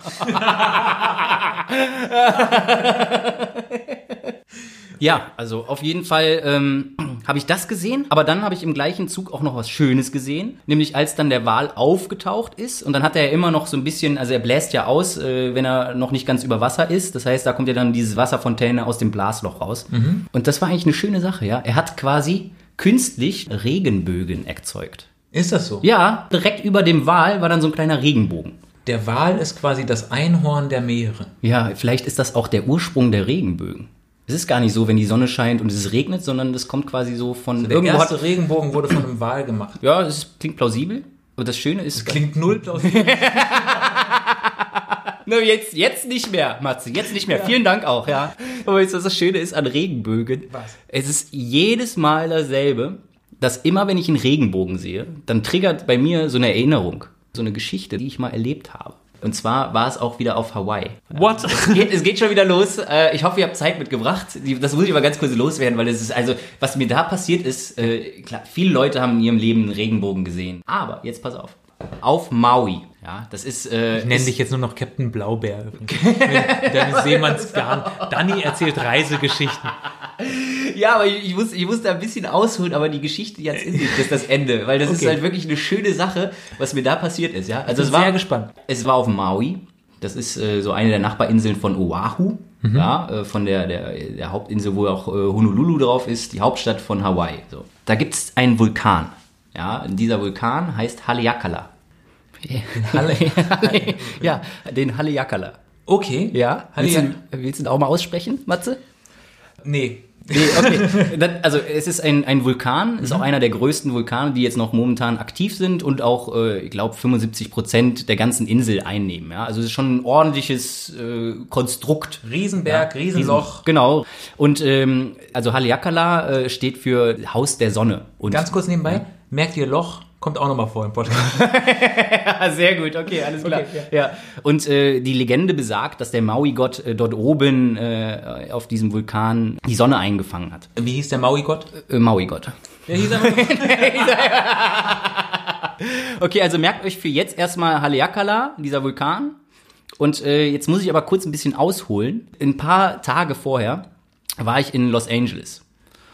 Speaker 1: ja, also auf jeden Fall ähm, habe ich das gesehen, aber dann habe ich im gleichen Zug auch noch was Schönes gesehen, nämlich als dann der Wal aufgetaucht ist und dann hat er ja immer noch so ein bisschen, also er bläst ja aus, äh, wenn er noch nicht ganz über Wasser ist, das heißt, da kommt ja dann dieses Wasserfontäne aus dem Blasloch raus. Und das war eigentlich eine schöne Sache, ja. Er hat quasi künstlich Regenbögen erzeugt.
Speaker 2: Ist das so?
Speaker 1: Ja, direkt über dem Wal war dann so ein kleiner Regenbogen.
Speaker 2: Der Wal ist quasi das Einhorn der Meere.
Speaker 1: Ja, vielleicht ist das auch der Ursprung der Regenbögen. Es ist gar nicht so, wenn die Sonne scheint und es regnet, sondern das kommt quasi so von
Speaker 2: Der
Speaker 1: irgendwo
Speaker 2: erste
Speaker 1: hat,
Speaker 2: Regenbogen wurde von einem Wal gemacht.
Speaker 1: Ja, es ist- klingt plausibel, aber das Schöne ist
Speaker 2: Klingt null plausibel.
Speaker 1: Na, jetzt jetzt nicht mehr, Matze, jetzt nicht mehr. Vielen Dank auch, ja. Aber jetzt, was das Schöne ist an Regenbögen,
Speaker 2: Was?
Speaker 1: es ist jedes Mal dasselbe, dass immer wenn ich einen Regenbogen sehe, dann triggert bei mir so eine Erinnerung, so eine Geschichte, die ich mal erlebt habe. Und zwar war es auch wieder auf Hawaii.
Speaker 2: What?
Speaker 1: Es geht, es geht schon wieder los. Äh, Ich hoffe, ihr habt Zeit mitgebracht. Die- Das muss ich mal ganz kurz loswerden, weil es ist, also, was mir da passiert ist, äh, klar, viele Leute haben in ihrem Leben einen Regenbogen gesehen. Aber, jetzt pass auf. Auf Maui. Ja, das ist, äh,
Speaker 2: [laughs] Nenn
Speaker 1: ist
Speaker 2: dich jetzt nur noch Captain Blaubeer [laughs] übrigens. Mit deinem Seemannsgarn. Danny erzählt Reisegeschichten.
Speaker 1: Ja, aber ich, ich, muss, ich muss da ein bisschen ausholen, aber die Geschichte jetzt in sich, das ist das Ende, weil das ist
Speaker 2: Okay.
Speaker 1: halt wirklich eine schöne Sache, was mir da passiert ist, ja. Also
Speaker 2: bin
Speaker 1: es war
Speaker 2: sehr gespannt.
Speaker 1: Es war auf Maui. Das ist äh, so eine der Nachbarinseln von Oahu, ja, äh, von der, der, der Hauptinsel, wo auch äh, Honolulu drauf ist, die Hauptstadt von Hawaii. So. Da gibt's einen Vulkan. Ja, und dieser Vulkan heißt Haleakala. [laughs] Halle ja, den Haleakala.
Speaker 2: Okay.
Speaker 1: Ja,
Speaker 2: Halli-
Speaker 1: willst du, willst du ihn auch mal aussprechen, Matze?
Speaker 2: Nee.
Speaker 1: Nee,
Speaker 2: [laughs]
Speaker 1: okay. Dann, also es ist ein, ein Vulkan, ist
Speaker 2: Mhm.
Speaker 1: auch einer der größten Vulkane, die jetzt noch momentan aktiv sind und auch, äh, ich glaube, 75 Prozent der ganzen Insel einnehmen. Ja? Also es ist schon ein ordentliches äh, Konstrukt.
Speaker 2: Riesenberg, Riesenloch.
Speaker 1: Genau. Und ähm, also Haleakala äh, steht für Haus der Sonne. Und
Speaker 2: Ganz kurz nebenbei, merkt ihr Loch? Kommt auch nochmal vor im Podcast.
Speaker 1: Ah, [laughs] sehr gut, okay, alles klar.
Speaker 2: Okay,
Speaker 1: ja. Und äh, die Legende besagt, dass der Maui-Gott äh, dort oben äh, auf diesem Vulkan die Sonne eingefangen hat.
Speaker 2: Wie hieß der Maui-Gott?
Speaker 1: Äh, Maui-Gott.
Speaker 2: Der hieß einfach
Speaker 1: [laughs] Okay, also merkt euch für jetzt erstmal Haleakala, dieser Vulkan. Und äh, jetzt muss ich aber kurz ein bisschen ausholen. Ein paar Tage vorher war ich in Los Angeles.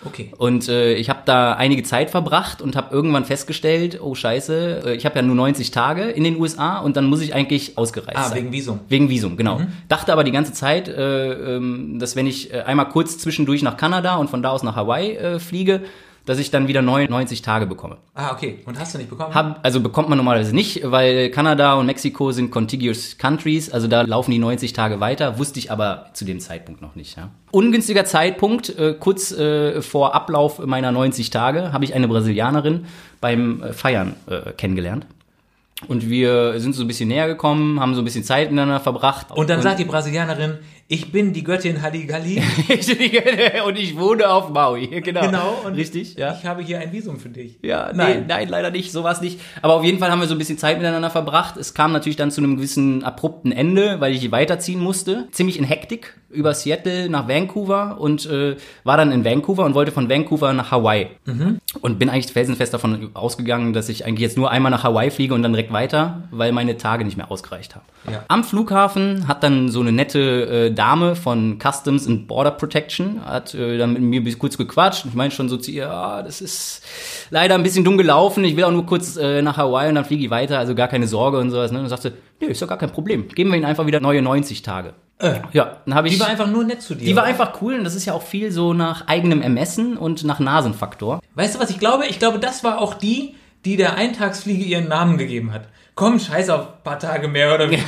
Speaker 2: Okay.
Speaker 1: Und äh, ich habe da einige Zeit verbracht und habe irgendwann festgestellt, oh scheiße, äh, ich habe ja nur 90 Tage in den USA und dann muss ich eigentlich ausgereist
Speaker 2: Ah,
Speaker 1: sein.
Speaker 2: wegen Visum.
Speaker 1: Wegen Visum, genau.
Speaker 2: Mhm.
Speaker 1: Dachte aber die ganze Zeit, äh, ähm, dass wenn ich äh, einmal kurz zwischendurch nach Kanada und von da aus nach Hawaii äh, fliege, dass ich dann wieder 99 Tage bekomme.
Speaker 2: Ah, okay. Und hast du nicht bekommen?
Speaker 1: Hab, also bekommt man normalerweise nicht, weil Kanada und Mexiko sind contiguous countries, also da laufen die 90 Tage weiter, wusste ich aber zu dem Zeitpunkt noch nicht. Ja. Ungünstiger Zeitpunkt, äh, kurz äh, vor Ablauf meiner 90 Tage, habe ich eine Brasilianerin beim äh, Feiern äh, kennengelernt. Und wir sind so ein bisschen näher gekommen, haben so ein bisschen Zeit miteinander verbracht.
Speaker 2: und dann sagt die Brasilianerin, ich bin die
Speaker 1: [laughs]
Speaker 2: Göttin Halligalli.
Speaker 1: und ich wohne auf Maui, genau.
Speaker 2: genau. Und
Speaker 1: Richtig, ja.
Speaker 2: Ich habe hier ein Visum für dich.
Speaker 1: Ja, nein, nein, leider nicht, sowas nicht. Aber auf jeden Fall haben wir so ein bisschen Zeit miteinander verbracht. Es kam natürlich dann zu einem gewissen abrupten Ende, weil ich weiterziehen musste. Ziemlich in Hektik über Seattle nach Vancouver und äh, war dann in Vancouver und wollte von Vancouver nach Hawaii. Und bin eigentlich felsenfest davon ausgegangen, dass ich eigentlich jetzt nur einmal nach Hawaii fliege und dann direkt weiter, weil meine Tage nicht mehr ausgereicht haben.
Speaker 2: Ja.
Speaker 1: Am Flughafen hat dann so eine nette äh, Dame von Customs and Border Protection, hat äh, dann mit mir bis kurz gequatscht. Ich meine schon so zu ihr, ah, das ist leider ein bisschen dumm gelaufen, ich will auch nur kurz äh, nach Hawaii und dann fliege ich weiter, also gar keine Sorge und sowas. Ne? Und dann sagte, nee, ist doch gar kein Problem, geben wir ihnen einfach wieder neue 90 Tage. Ja, dann habe ich...
Speaker 2: Die war einfach nur nett zu dir.
Speaker 1: die Äh. war einfach cool und das ist ja auch viel so nach eigenem Ermessen und nach Nasenfaktor.
Speaker 2: Weißt du, was ich glaube? Ich glaube, das war auch die, die der Eintagsfliege ihren Namen gegeben hat. Komm, scheiß auf ein paar Tage mehr oder wie.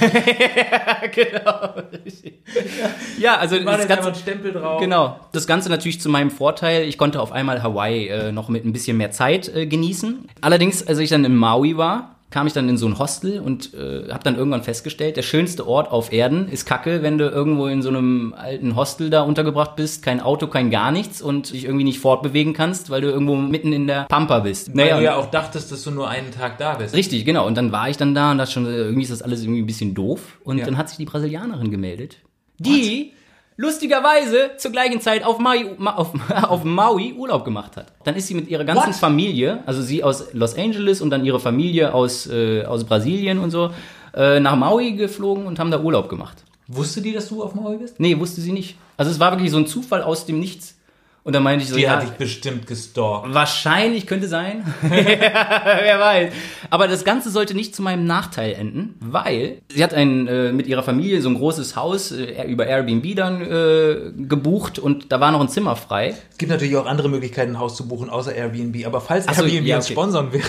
Speaker 1: Ja, also
Speaker 2: War
Speaker 1: das
Speaker 2: jetzt einfach
Speaker 1: Ganze,
Speaker 2: ein Stempel drauf.
Speaker 1: Genau. Das Ganze natürlich zu meinem Vorteil. Ich konnte auf einmal Hawaii äh, noch mit ein bisschen mehr Zeit äh, genießen. Allerdings, als ich dann in Maui war, kam ich dann in so ein Hostel und äh, habe dann irgendwann festgestellt, der schönste Ort auf Erden ist Kacke, wenn du irgendwo in so einem alten Hostel da untergebracht bist, kein Auto, kein gar nichts und dich irgendwie nicht fortbewegen kannst, weil du irgendwo mitten in der Pampa bist.
Speaker 2: Weil
Speaker 1: Naja,
Speaker 2: du
Speaker 1: und-
Speaker 2: ja auch dachtest, dass du nur einen Tag da bist.
Speaker 1: Richtig, genau. Und dann war ich dann da und dachte schon, äh, irgendwie ist das alles irgendwie ein bisschen doof. Und
Speaker 2: Ja.
Speaker 1: dann hat sich die Brasilianerin gemeldet, die lustigerweise zur gleichen Zeit auf Maui, Ma- auf, [laughs] auf Maui Urlaub gemacht hat. Dann ist sie mit ihrer ganzen
Speaker 2: What?
Speaker 1: Familie, also sie aus Los Angeles und dann ihre Familie aus, äh, aus Brasilien und so, äh, nach Maui geflogen und haben da Urlaub gemacht.
Speaker 2: Wusste die, dass du auf Maui bist?
Speaker 1: Nee, wusste sie nicht. Also es war wirklich so ein Zufall aus dem Nichts. Und dann meinte ich so,
Speaker 2: Die
Speaker 1: ja,
Speaker 2: hat dich bestimmt gestalkt.
Speaker 1: Wahrscheinlich könnte sein. [laughs] Wer weiß. Aber das Ganze sollte nicht zu meinem Nachteil enden, weil sie hat ein, äh, mit ihrer Familie so ein großes Haus äh, über Airbnb dann äh, gebucht und da war noch ein Zimmer frei.
Speaker 2: Es gibt natürlich auch andere Möglichkeiten, ein Haus zu buchen, außer Airbnb. Aber falls
Speaker 1: so,
Speaker 2: Airbnb
Speaker 1: ja,
Speaker 2: uns
Speaker 1: okay. [laughs]
Speaker 2: sponsern will.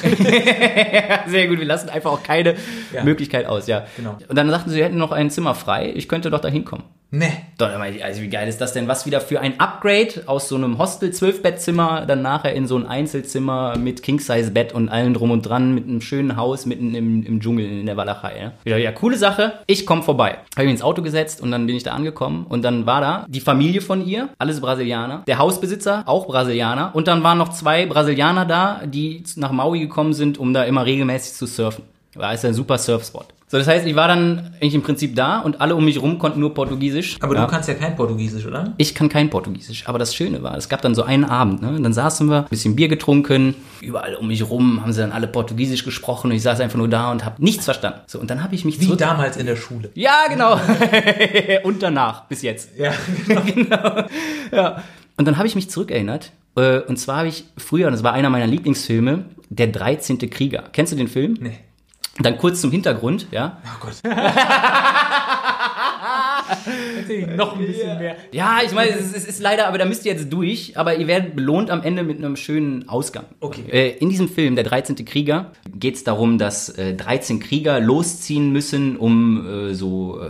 Speaker 1: Sehr gut, wir lassen einfach auch keine
Speaker 2: Ja.
Speaker 1: Möglichkeit aus, ja.
Speaker 2: Genau.
Speaker 1: Und dann sagten sie, sie hätten noch ein Zimmer frei, ich könnte doch da hinkommen.
Speaker 2: ne.
Speaker 1: Doch, dann meinte ich, Also wie geil ist das denn? Was wieder für ein Upgrade aus so einem Hostel, 12-Bettzimmer, dann nachher in so ein Einzelzimmer mit King-Size-Bett und allem drum und dran, mit einem schönen Haus mitten im, im Dschungel in der Walachei. Ja, Wieder, ja coole Sache, ich komme vorbei. Habe ich mich ins Auto gesetzt und dann bin ich da angekommen und dann war da die Familie von ihr, alles Brasilianer, der Hausbesitzer, auch Brasilianer und dann waren noch zwei Brasilianer da, die nach Maui gekommen sind, um da immer regelmäßig zu surfen. War ist ein super Surfspot. So, das heißt, ich war dann eigentlich im Prinzip da und alle um mich rum konnten nur Portugiesisch.
Speaker 2: Aber
Speaker 1: ja.
Speaker 2: du kannst ja kein Portugiesisch, oder?
Speaker 1: Ich kann kein Portugiesisch, aber das Schöne war, es gab dann so einen Abend, ne? dann saßen wir, ein bisschen Bier getrunken, überall um mich rum haben sie dann alle Portugiesisch gesprochen und ich saß einfach nur da und habe nichts verstanden. So, und dann habe ich mich
Speaker 2: Wie
Speaker 1: zurück...
Speaker 2: damals in der Schule.
Speaker 1: Ja, genau. [laughs] und danach, bis jetzt. Genau.
Speaker 2: Ja. genau.
Speaker 1: [laughs] Und dann habe ich mich zurückerinnert, äh, und zwar habe ich früher, und das war einer meiner Lieblingsfilme, Der 13. Krieger. Kennst du den Film?
Speaker 2: Nee.
Speaker 1: Dann kurz zum Hintergrund, ja.
Speaker 2: Oh Gott. Erzähl ich noch ein bisschen mehr.
Speaker 1: Ja, ich meine, es ist, es ist leider, aber da müsst ihr jetzt durch. Aber ihr werdet belohnt am Ende mit einem schönen Ausgang.
Speaker 2: Okay.
Speaker 1: Äh, in diesem Film, Der 13. Krieger, geht es darum, dass äh, 13 Krieger losziehen müssen, um äh, so äh,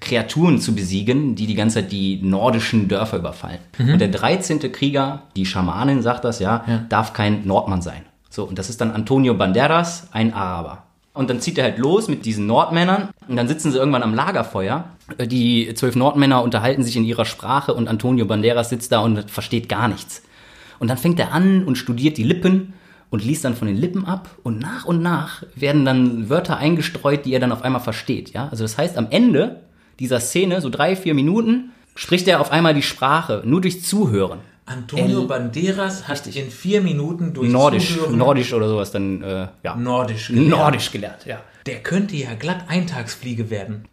Speaker 1: Kreaturen zu besiegen, die die ganze Zeit die nordischen Dörfer überfallen. Und der 13. Krieger, die Schamanin sagt das ja, darf kein Nordmann sein. So, und das ist dann Antonio Banderas, ein Araber. Und dann zieht er halt los mit diesen Nordmännern und dann sitzen sie irgendwann am Lagerfeuer. Äh, Die zwölf Nordmänner unterhalten sich in ihrer Sprache und Antonio Banderas sitzt da und versteht gar nichts. Und dann fängt er an und studiert die Lippen und liest dann von den Lippen ab und nach und nach werden dann Wörter eingestreut, die er dann auf einmal versteht. Ja? Also das heißt, am Ende dieser Szene, so drei, vier Minuten, spricht er auf einmal die Sprache, nur durch Zuhören.
Speaker 2: Antonio
Speaker 1: El-
Speaker 2: Banderas hat in vier Minuten durch
Speaker 1: Nordisch,
Speaker 2: Zuhören
Speaker 1: Nordisch oder sowas dann, äh, ja.
Speaker 2: Nordisch gelernt.
Speaker 1: Nordisch gelernt, ja.
Speaker 2: Der könnte ja glatt Eintagsfliege werden.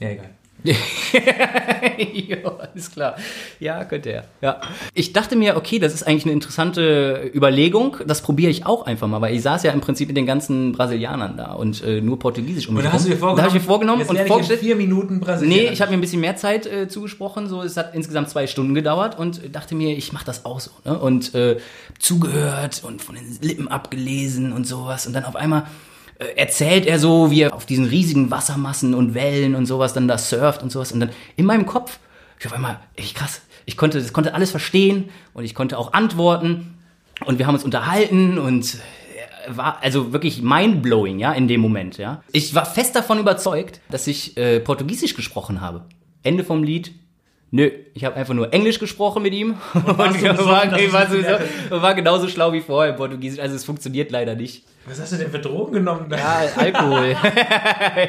Speaker 2: Ja, egal.
Speaker 1: [laughs] ja, alles klar. Ja, könnte er. Ja. Ich dachte mir, okay, das ist eigentlich eine interessante Überlegung. Das probiere ich auch einfach mal, weil ich saß ja im Prinzip mit den ganzen Brasilianern da und äh, nur Portugiesisch um
Speaker 2: Und
Speaker 1: mich
Speaker 2: da hast du dir
Speaker 1: rum.
Speaker 2: vorgenommen,
Speaker 1: Da habe ich mir vorgenommen
Speaker 2: jetzt
Speaker 1: und
Speaker 2: lerne ich in
Speaker 1: vorgestellt.
Speaker 2: vier Minuten Brasilien.
Speaker 1: Nee, ich habe mir ein bisschen mehr Zeit äh, zugesprochen. So, es hat insgesamt zwei Stunden gedauert und dachte mir, ich mache das auch so. Ne? Und äh, zugehört und von den Lippen abgelesen und sowas. Und dann auf einmal äh, erzählt er so, wie er auf diesen riesigen Wassermassen und Wellen und sowas dann da surft und sowas. Und dann in meinem Kopf, ich auf einmal, echt krass. Ich konnte, das konnte alles verstehen und ich konnte auch antworten. Und wir haben uns unterhalten und war also wirklich mindblowing, ja, in dem Moment, ja. Ich war fest davon überzeugt, dass ich äh, Portugiesisch gesprochen habe. Ende vom Lied. Nö, ich habe einfach nur Englisch gesprochen mit ihm [laughs] und,
Speaker 2: warst du besorgt,
Speaker 1: war,
Speaker 2: dass
Speaker 1: ich war,
Speaker 2: es nicht
Speaker 1: sowieso, war genauso schlau wie vorher in Portugiesisch. Also es funktioniert leider nicht.
Speaker 2: Was hast du denn für Drogen genommen?
Speaker 1: Ah, Alkohol.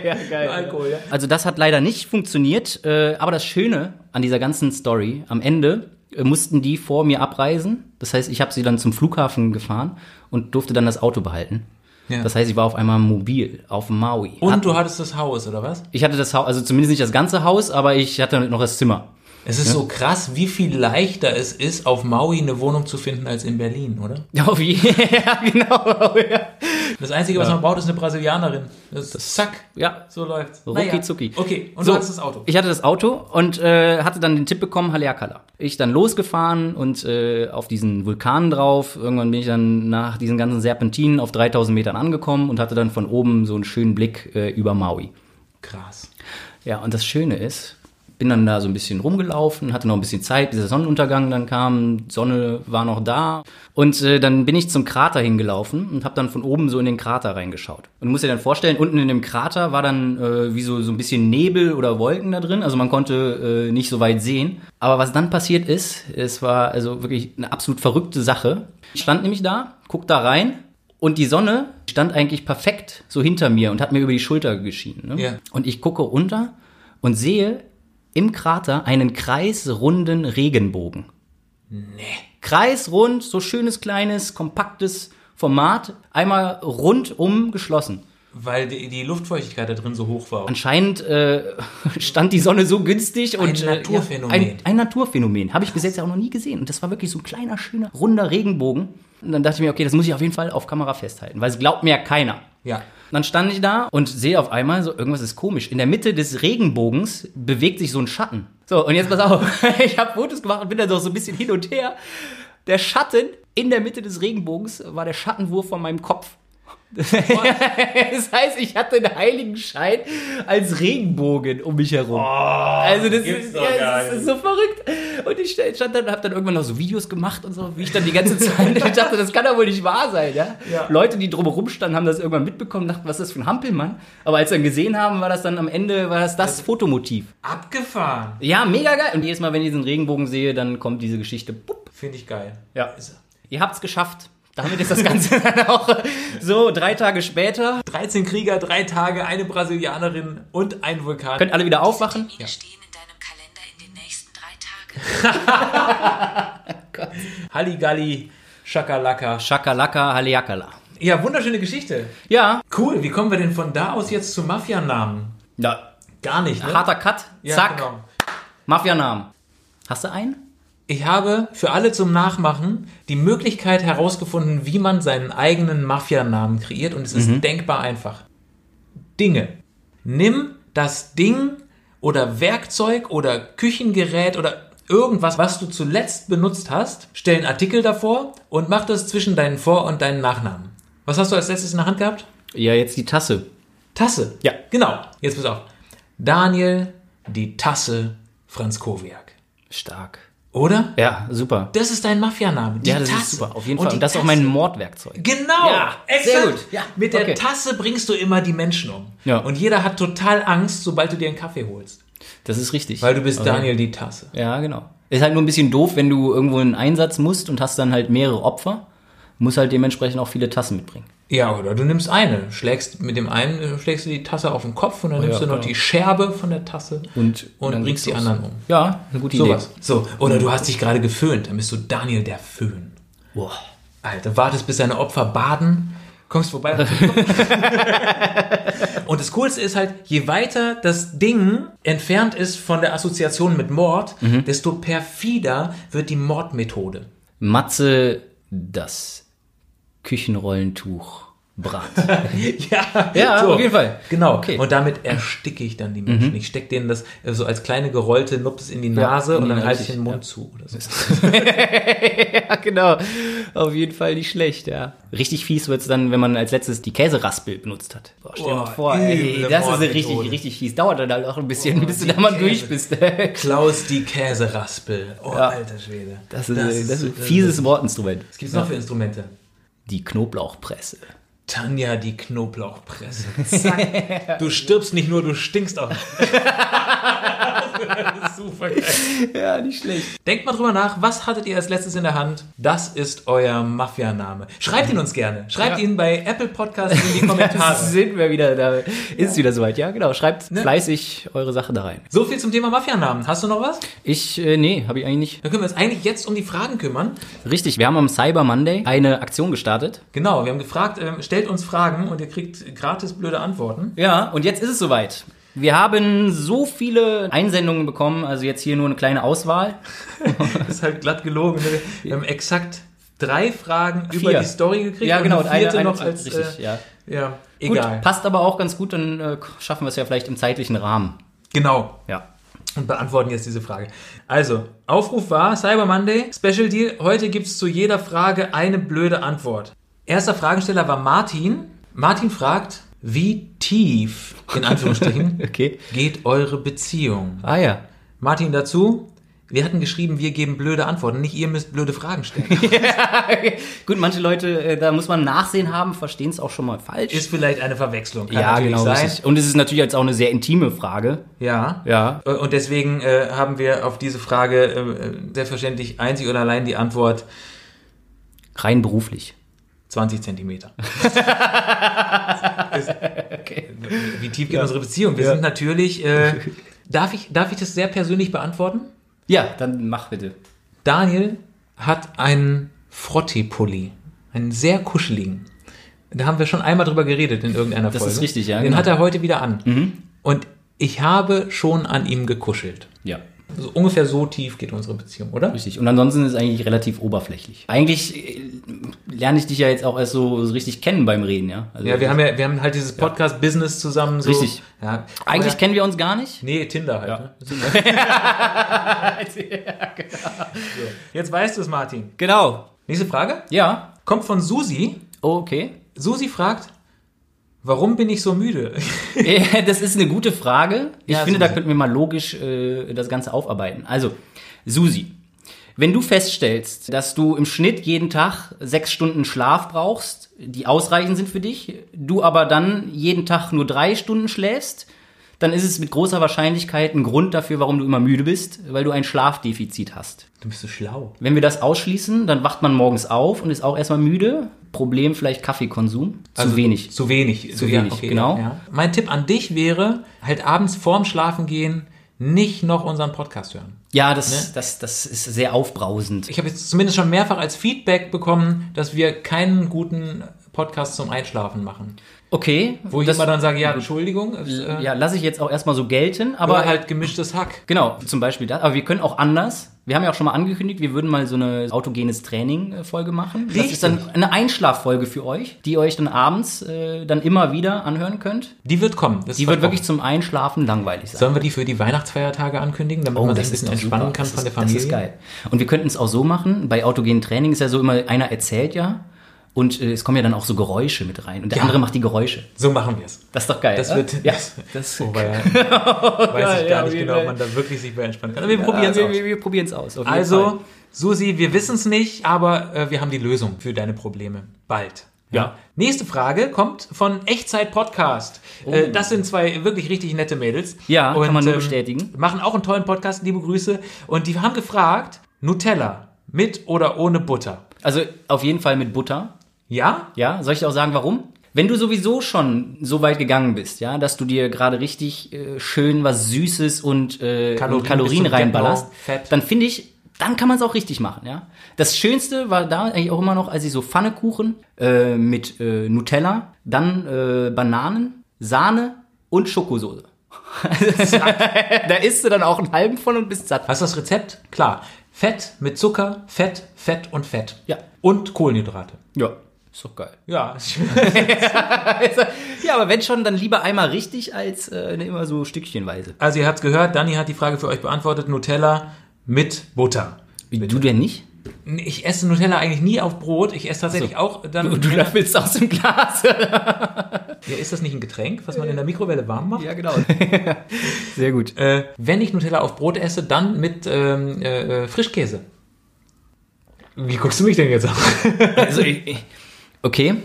Speaker 1: ja, geil.
Speaker 2: Alkohol, ja.
Speaker 1: [laughs] Also das hat leider nicht funktioniert. Äh, aber das Schöne an dieser ganzen Story, am Ende äh, mussten die vor mir abreisen. Das heißt, ich habe sie dann zum Flughafen gefahren und durfte dann das Auto behalten.
Speaker 2: Ja.
Speaker 1: Das heißt, ich war auf einmal mobil, auf Maui.
Speaker 2: Und du hattest das Haus, oder was?
Speaker 1: ich hatte das Haus, also zumindest nicht das ganze Haus, aber ich hatte noch das Zimmer. [laughs]
Speaker 2: Es ist so krass, wie viel leichter es ist, auf Maui eine Wohnung zu finden als in Berlin, oder?
Speaker 1: Ja, auf jeden ja genau. Ja,
Speaker 2: Das Einzige, was man baut, ist eine Brasilianerin. Das zack,
Speaker 1: ja
Speaker 2: so läuft's.
Speaker 1: Rucki
Speaker 2: Naja.
Speaker 1: zucki.
Speaker 2: Okay, und
Speaker 1: So,
Speaker 2: du hast das Auto.
Speaker 1: Ich hatte das Auto und äh, hatte dann den Tipp bekommen, Haleakala. Ich dann losgefahren und äh, auf diesen Vulkan drauf. Irgendwann bin ich dann nach diesen ganzen Serpentinen auf 3000 Metern angekommen und hatte dann von oben so einen schönen Blick äh, über Maui.
Speaker 2: Krass.
Speaker 1: Ja, und das Schöne ist, bin dann da so ein bisschen rumgelaufen, hatte noch ein bisschen Zeit, bis der Sonnenuntergang dann kam, Sonne war noch da. Und äh, dann bin ich zum Krater hingelaufen und habe dann von oben so in den Krater reingeschaut. Und du musst dir dann vorstellen, unten in dem Krater war dann äh, wie so, so ein bisschen Nebel oder Wolken da drin, also man konnte äh, nicht so weit sehen. Aber was dann passiert ist, es war also wirklich eine absolut verrückte Sache. Ich stand nämlich da, guck da rein und die Sonne stand eigentlich perfekt so hinter mir und hat mir über die Schulter geschienen. Ne?
Speaker 2: Ja.
Speaker 1: Und ich gucke runter und sehe im Krater einen kreisrunden Regenbogen. Nee. Kreisrund, so schönes, kleines, kompaktes Format, einmal rundum geschlossen.
Speaker 2: Weil die, die Luftfeuchtigkeit da drin so hoch war.
Speaker 1: Anscheinend äh, [laughs] stand die Sonne so günstig und äh,
Speaker 2: Naturphänomen.
Speaker 1: Ja, ein, ein Naturphänomen habe ich bis jetzt auch noch nie gesehen und das war wirklich so ein kleiner schöner runder Regenbogen. Und dann dachte ich mir, okay, das muss ich auf jeden Fall auf Kamera festhalten, weil es glaubt mir ja keiner.
Speaker 2: Ja.
Speaker 1: Und Dann stand ich da und sehe auf einmal so, irgendwas ist komisch. In der Mitte des Regenbogens bewegt sich so ein Schatten. So, und jetzt pass auf, [laughs] ich habe Fotos gemacht und bin dann doch so ein bisschen hin und her. Der Schatten in der Mitte des Regenbogens war der Schattenwurf von meinem Kopf. [laughs] das heißt, ich hatte einen Heiligenschein als Regenbogen um mich herum. also das
Speaker 2: Oh, gibt's
Speaker 1: ist,
Speaker 2: doch
Speaker 1: ja,
Speaker 2: gar
Speaker 1: das ist so verrückt. Und ich stand dann, habe dann irgendwann noch so Videos gemacht und so, wie ich dann die ganze Zeit, [laughs] ich dachte, das kann doch wohl nicht wahr sein. Ja?
Speaker 2: Ja.
Speaker 1: Leute, die drumherum standen, haben das irgendwann mitbekommen, dachten, was ist das für ein Hampelmann. Aber als sie dann gesehen haben, war das dann am Ende, war das das Fotomotiv.
Speaker 2: Abgefahren.
Speaker 1: Ja, mega geil. Und jedes Mal, wenn ich diesen Regenbogen sehe, dann kommt diese Geschichte, pupp,
Speaker 2: Finde ich geil.
Speaker 1: ja. Ihr habt's geschafft. Damit ist das Ganze [laughs] dann auch äh, so drei Tage später.
Speaker 2: 13 Krieger, drei Tage, eine Brasilianerin und ein Vulkan.
Speaker 1: Könnt alle wieder aufwachen.
Speaker 4: Termine stehen in deinem Kalender in den nächsten drei Tagen.
Speaker 2: Halligalli, Schakalaka.
Speaker 1: Chakalaka, Haleakala.
Speaker 2: Ja, wunderschöne Geschichte.
Speaker 1: Ja.
Speaker 2: Cool, wie kommen wir denn von da aus jetzt zu Mafianamen?
Speaker 1: Na,
Speaker 2: Gar nicht, ne?
Speaker 1: harter Cut.
Speaker 2: ja,
Speaker 1: Zack.
Speaker 2: Genau.
Speaker 1: Mafianamen. Hast du einen?
Speaker 2: Ich habe für alle zum Nachmachen die Möglichkeit herausgefunden, wie man seinen eigenen Mafianamen kreiert und es ist denkbar einfach. Dinge. Nimm das Ding oder Werkzeug oder Küchengerät oder irgendwas, was du zuletzt benutzt hast, stell einen Artikel davor und mach das zwischen deinen Vor- und deinen Nachnamen. Was hast du als letztes in der Hand gehabt?
Speaker 1: Ja, jetzt die Tasse.
Speaker 2: Tasse.
Speaker 1: Ja.
Speaker 2: Genau. Jetzt pass auf. Daniel, die Tasse, Franz Kowiak.
Speaker 1: Stark.
Speaker 2: Oder?
Speaker 1: Ja, super.
Speaker 2: Das ist dein Mafianame. die
Speaker 1: Ja, das ist
Speaker 2: Tasse.
Speaker 1: super. Auf jeden
Speaker 2: Und
Speaker 1: Fall.
Speaker 2: die
Speaker 1: Und das ist auch mein Mordwerkzeug.
Speaker 2: Genau,
Speaker 1: Ja,
Speaker 2: exakt.
Speaker 1: sehr gut. Ja,
Speaker 2: Mit der
Speaker 1: okay.
Speaker 2: Tasse bringst du immer die Menschen um.
Speaker 1: Ja.
Speaker 2: Und jeder hat total Angst, sobald du dir einen Kaffee holst.
Speaker 1: Das ist richtig.
Speaker 2: Weil du bist
Speaker 1: Also-
Speaker 2: Daniel die Tasse.
Speaker 1: Ja, genau. Ist halt nur ein bisschen doof, wenn du irgendwo in einen Einsatz musst und hast dann halt mehrere Opfer. Muss halt dementsprechend auch viele Tassen mitbringen.
Speaker 2: Ja, oder du nimmst eine, schlägst mit dem einen, äh, schlägst du die Tasse auf den Kopf und dann nimmst
Speaker 1: ja,
Speaker 2: du noch
Speaker 1: genau.
Speaker 2: die Scherbe von der Tasse
Speaker 1: Und, dann
Speaker 2: bringst die
Speaker 1: geht's
Speaker 2: anderen
Speaker 1: los.
Speaker 2: um.
Speaker 1: Ja, eine gute Idee.
Speaker 2: Sowas. So, oder du hast dich gerade geföhnt, dann bist du Daniel der Föhn.
Speaker 1: Boah.
Speaker 2: Alter, wartest, bis deine Opfer baden kommst
Speaker 1: [laughs]
Speaker 2: vorbei. und das Coolste ist halt, je weiter das Ding entfernt ist von der Assoziation mit Mord,
Speaker 1: Mhm.
Speaker 2: desto perfider wird die Mordmethode.
Speaker 1: Matze, das Küchenrollentuch Brand.
Speaker 2: [laughs] ja,
Speaker 1: Ja, auf jeden Fall.
Speaker 2: Genau.
Speaker 1: Okay. Mhm.
Speaker 2: Und damit ersticke ich dann die Menschen. Ich stecke denen das äh, so als kleine gerollte Nups in die Nase
Speaker 1: in
Speaker 2: und
Speaker 1: die
Speaker 2: dann
Speaker 1: Nase,
Speaker 2: halte ich den
Speaker 1: ja.
Speaker 2: Mund zu. Oder so.
Speaker 1: [laughs] ja, genau. Auf jeden Fall nicht schlecht, ja. Richtig fies wird's dann, wenn man als letztes die Käseraspel benutzt hat. Boah, stell dir mal
Speaker 2: Boah,
Speaker 1: vor, ey,
Speaker 2: üble
Speaker 1: das ist richtig,
Speaker 2: Mordmethode.
Speaker 1: richtig fies. Dauert dann halt auch ein bisschen, bis du
Speaker 2: die
Speaker 1: da mal
Speaker 2: Käse.
Speaker 1: durch bist. [laughs]
Speaker 2: Klaus die Käseraspel. Oh,
Speaker 1: Ja.
Speaker 2: alter Schwede.
Speaker 1: Das ist, das ist, ein fieses Wortinstrument.
Speaker 2: Was gibt's noch für Instrumente?
Speaker 1: Die Knoblauchpresse. [laughs]
Speaker 2: Tanja, die Knoblauchpresse. Zack. Du stirbst nicht nur, du stinkst auch.
Speaker 1: [laughs]
Speaker 2: Super geil.
Speaker 1: Ja, nicht schlecht.
Speaker 2: Denkt mal drüber nach, was hattet ihr als letztes in der Hand? Das ist euer Mafia-Name. Schreibt ihn uns gerne. Schreibt ihn bei Apple Podcasts in die
Speaker 1: Das [laughs]
Speaker 2: Kommentare.
Speaker 1: sind wir wieder da. Ist wieder soweit, ja, genau. Schreibt
Speaker 2: Ne?
Speaker 1: fleißig eure Sachen da rein.
Speaker 2: So viel zum Thema Mafia-Namen. Hast du noch was?
Speaker 1: Ich, äh, nee, habe ich eigentlich nicht.
Speaker 2: Dann können wir uns eigentlich jetzt um die Fragen kümmern.
Speaker 1: Richtig, wir haben am Cyber Monday eine Aktion gestartet.
Speaker 2: Genau, wir haben gefragt, ähm, stellt uns Fragen und ihr kriegt gratis
Speaker 1: [laughs]
Speaker 2: blöde Antworten.
Speaker 1: Ja, und jetzt ist es soweit. Wir haben so viele Einsendungen bekommen, also jetzt hier nur eine kleine Auswahl.
Speaker 2: ist halt glatt gelogen. Ne? Wir haben exakt drei Fragen über
Speaker 1: Vier.
Speaker 2: die Story gekriegt.
Speaker 1: Ja, genau, und eine-
Speaker 2: vierte
Speaker 1: eine
Speaker 2: noch
Speaker 1: zu-
Speaker 2: als.
Speaker 1: richtig,
Speaker 2: äh,
Speaker 1: ja.
Speaker 2: ja,
Speaker 1: Gut,
Speaker 2: egal.
Speaker 1: passt aber auch ganz gut, dann äh, schaffen wir es ja vielleicht im zeitlichen Rahmen.
Speaker 2: genau.
Speaker 1: Ja.
Speaker 2: Und beantworten jetzt diese Frage. Also, Aufruf war Cyber Monday, Special Deal. Heute gibt es zu jeder Frage eine blöde Antwort. Erster Fragesteller war Martin. Martin fragt, wie tief, in Anführungsstrichen,
Speaker 1: [laughs] Okay.
Speaker 2: geht eure Beziehung?
Speaker 1: Ah ja.
Speaker 2: Martin dazu, wir hatten geschrieben, wir geben blöde Antworten, nicht ihr müsst blöde
Speaker 1: [laughs]
Speaker 2: Fragen stellen.
Speaker 1: Gut, manche Leute, äh, da muss man Nachsehen haben, verstehen es auch schon mal falsch.
Speaker 2: Ist vielleicht eine Verwechslung, kann
Speaker 1: ja,
Speaker 2: natürlich
Speaker 1: genau.
Speaker 2: sein.
Speaker 1: Richtig. Und es ist natürlich jetzt auch eine sehr intime Frage.
Speaker 2: Ja.
Speaker 1: Ja.
Speaker 2: Äh, Und deswegen äh, haben wir auf diese Frage äh, selbstverständlich einzig und allein die Antwort
Speaker 1: Rein beruflich.
Speaker 2: 20
Speaker 1: [laughs]
Speaker 2: Zentimeter. Ist- Wie tief geht unsere Beziehung? Wir sind natürlich.
Speaker 1: [laughs]
Speaker 2: Äh, darf, ich, darf ich das sehr persönlich beantworten?
Speaker 1: Ja, dann mach bitte.
Speaker 2: Daniel hat einen Frottee-Pulli. Einen sehr kuscheligen. Da haben wir schon einmal drüber geredet in irgendeiner
Speaker 1: Das
Speaker 2: Folge.
Speaker 1: ist richtig, ja,
Speaker 2: Den
Speaker 1: genau. Mhm.
Speaker 2: hat er heute wieder an. Und ich habe schon an ihm gekuschelt.
Speaker 1: Ja.
Speaker 2: Also ungefähr so tief geht unsere Beziehung, oder?
Speaker 1: Richtig. Und ansonsten ist es eigentlich relativ oberflächlich. Eigentlich äh, lerne ich dich ja jetzt auch erst so, so richtig kennen beim Reden, ja? Also
Speaker 2: Ja, wir haben ja, wir haben halt dieses Podcast-Business zusammen. So.
Speaker 1: Richtig.
Speaker 2: Ja.
Speaker 1: Eigentlich
Speaker 2: Vorher-
Speaker 1: kennen wir uns gar nicht.
Speaker 2: Nee, Tinder halt. Ne? So. Jetzt weißt du es, Martin.
Speaker 1: Genau.
Speaker 2: Nächste Frage.
Speaker 1: Ja.
Speaker 2: Kommt von Susi. [laughs]
Speaker 1: Okay.
Speaker 2: Susi fragt, warum bin ich so müde? [laughs]
Speaker 1: Äh, das ist eine gute Frage. Ich
Speaker 2: Ja,
Speaker 1: finde,
Speaker 2: Susi.
Speaker 1: da könnten wir mal logisch äh, das Ganze aufarbeiten. Also, Susi, wenn du feststellst, dass du im Schnitt jeden Tag sechs Stunden Schlaf brauchst, die ausreichend sind für dich, du aber dann jeden Tag nur drei Stunden schläfst, dann ist es mit großer Wahrscheinlichkeit ein Grund dafür, warum du immer müde bist, weil du ein Schlafdefizit hast.
Speaker 2: Du bist so schlau.
Speaker 1: Wenn wir das ausschließen, dann wacht man morgens auf und ist auch erstmal müde. Problem vielleicht Kaffeekonsum. Zu wenig.
Speaker 2: Also, Zu wenig.
Speaker 1: Zu
Speaker 2: Ja,
Speaker 1: wenig, genau.
Speaker 2: Ja. Mein Tipp an dich wäre, halt abends vorm Schlafen gehen, nicht noch unseren Podcast hören.
Speaker 1: Ja, das, das, das ist sehr aufbrausend.
Speaker 2: ne? Ich habe jetzt zumindest schon mehrfach als Feedback bekommen, dass wir keinen guten Podcast zum Einschlafen machen.
Speaker 1: Okay.
Speaker 2: Wo ich
Speaker 1: das,
Speaker 2: immer dann sage, ja, Entschuldigung, es, äh,
Speaker 1: ja, lasse ich jetzt auch erstmal so gelten, aber
Speaker 2: aber halt gemischtes Hack.
Speaker 1: genau, zum Beispiel das. Aber wir können auch anders. Wir haben ja auch schon mal angekündigt, wir würden mal so eine autogenes Training-Folge machen. Das
Speaker 2: Richtig.
Speaker 1: ist dann eine Einschlaffolge für euch, die ihr euch dann abends äh, dann immer wieder anhören könnt.
Speaker 2: Die wird kommen. Das
Speaker 1: Die
Speaker 2: ist
Speaker 1: wird
Speaker 2: versprochen.
Speaker 1: wirklich zum Einschlafen langweilig sein.
Speaker 2: Sollen wir die für die Weihnachtsfeiertage ankündigen, damit man sich ein bisschen
Speaker 1: doch
Speaker 2: entspannen
Speaker 1: super.
Speaker 2: kann
Speaker 1: Oh, das
Speaker 2: von der
Speaker 1: ist,
Speaker 2: Familie?
Speaker 1: Das ist geil. Und wir könnten es auch so machen, bei autogenen Training ist ja so immer, einer erzählt ja und äh, es kommen ja dann auch so Geräusche mit rein und der
Speaker 2: Ja.
Speaker 1: andere macht die Geräusche.
Speaker 2: So machen wir es.
Speaker 1: Das ist doch geil.
Speaker 2: Das
Speaker 1: oder?
Speaker 2: wird.
Speaker 1: ja.
Speaker 2: Das, das wobei, [laughs] weiß ich
Speaker 1: ja,
Speaker 2: gar
Speaker 1: auf
Speaker 2: nicht
Speaker 1: jeden
Speaker 2: genau,
Speaker 1: Fall.
Speaker 2: ob man da wirklich sich bei entspannen kann. Aber wir [laughs] probieren
Speaker 1: Ja,
Speaker 2: es
Speaker 1: wir,
Speaker 2: aus.
Speaker 1: wir, wir probieren es aus. auf jeden Fall.
Speaker 2: Also, Susi, wir wissen es nicht, aber äh, wir haben die Lösung für deine Probleme. Bald.
Speaker 1: Ja.
Speaker 2: Nächste Frage kommt von Echtzeit Podcast. Äh, das sind zwei wirklich richtig nette Mädels.
Speaker 1: Oh.
Speaker 2: ähm,
Speaker 1: Ja, kann man nur bestätigen.
Speaker 2: Machen auch einen tollen Podcast, liebe Grüße. Und die haben gefragt: Nutella mit oder ohne Butter?
Speaker 1: also auf jeden Fall mit Butter.
Speaker 2: Ja?
Speaker 1: Ja, soll ich dir auch sagen, warum? Wenn du sowieso schon so weit gegangen bist, ja, dass du dir gerade richtig äh, schön was Süßes und, äh,
Speaker 2: Kalorien
Speaker 1: und ne? Kalorien
Speaker 2: bis zum
Speaker 1: reinballerst,
Speaker 2: Get-No, Fett.
Speaker 1: dann finde ich dann kann man es auch richtig machen, ja. Das Schönste war da eigentlich auch immer noch, als ich so Pfannekuchen äh, mit äh, Nutella, dann äh, Bananen, Sahne und Schokosoße. [laughs] da isst du dann auch einen halben von und bist satt.
Speaker 2: Hast du das Rezept? Klar. Fett mit Zucker, Fett, Fett und Fett.
Speaker 1: Ja.
Speaker 2: Und Kohlenhydrate.
Speaker 1: Ja, ist doch geil. [laughs]
Speaker 2: Ja, [laughs]
Speaker 1: Ja, aber wenn schon, dann lieber einmal richtig als äh, immer so stückchenweise.
Speaker 2: also ihr habt's gehört, Dani hat die Frage für euch beantwortet, Nutella mit Butter.
Speaker 1: Du denn nicht?
Speaker 2: Ich esse Nutella eigentlich nie auf Brot, ich esse tatsächlich auch dann
Speaker 1: Und du löffelst aus dem Glas.
Speaker 2: [laughs] Ja, ist das nicht ein Getränk, was man in der Mikrowelle warm macht?
Speaker 1: genau. Sehr gut.
Speaker 2: Äh, wenn ich Nutella auf Brot esse, dann mit ähm, äh, äh, Frischkäse. Wie guckst du mich denn jetzt an? [laughs]
Speaker 1: Also, ich- okay,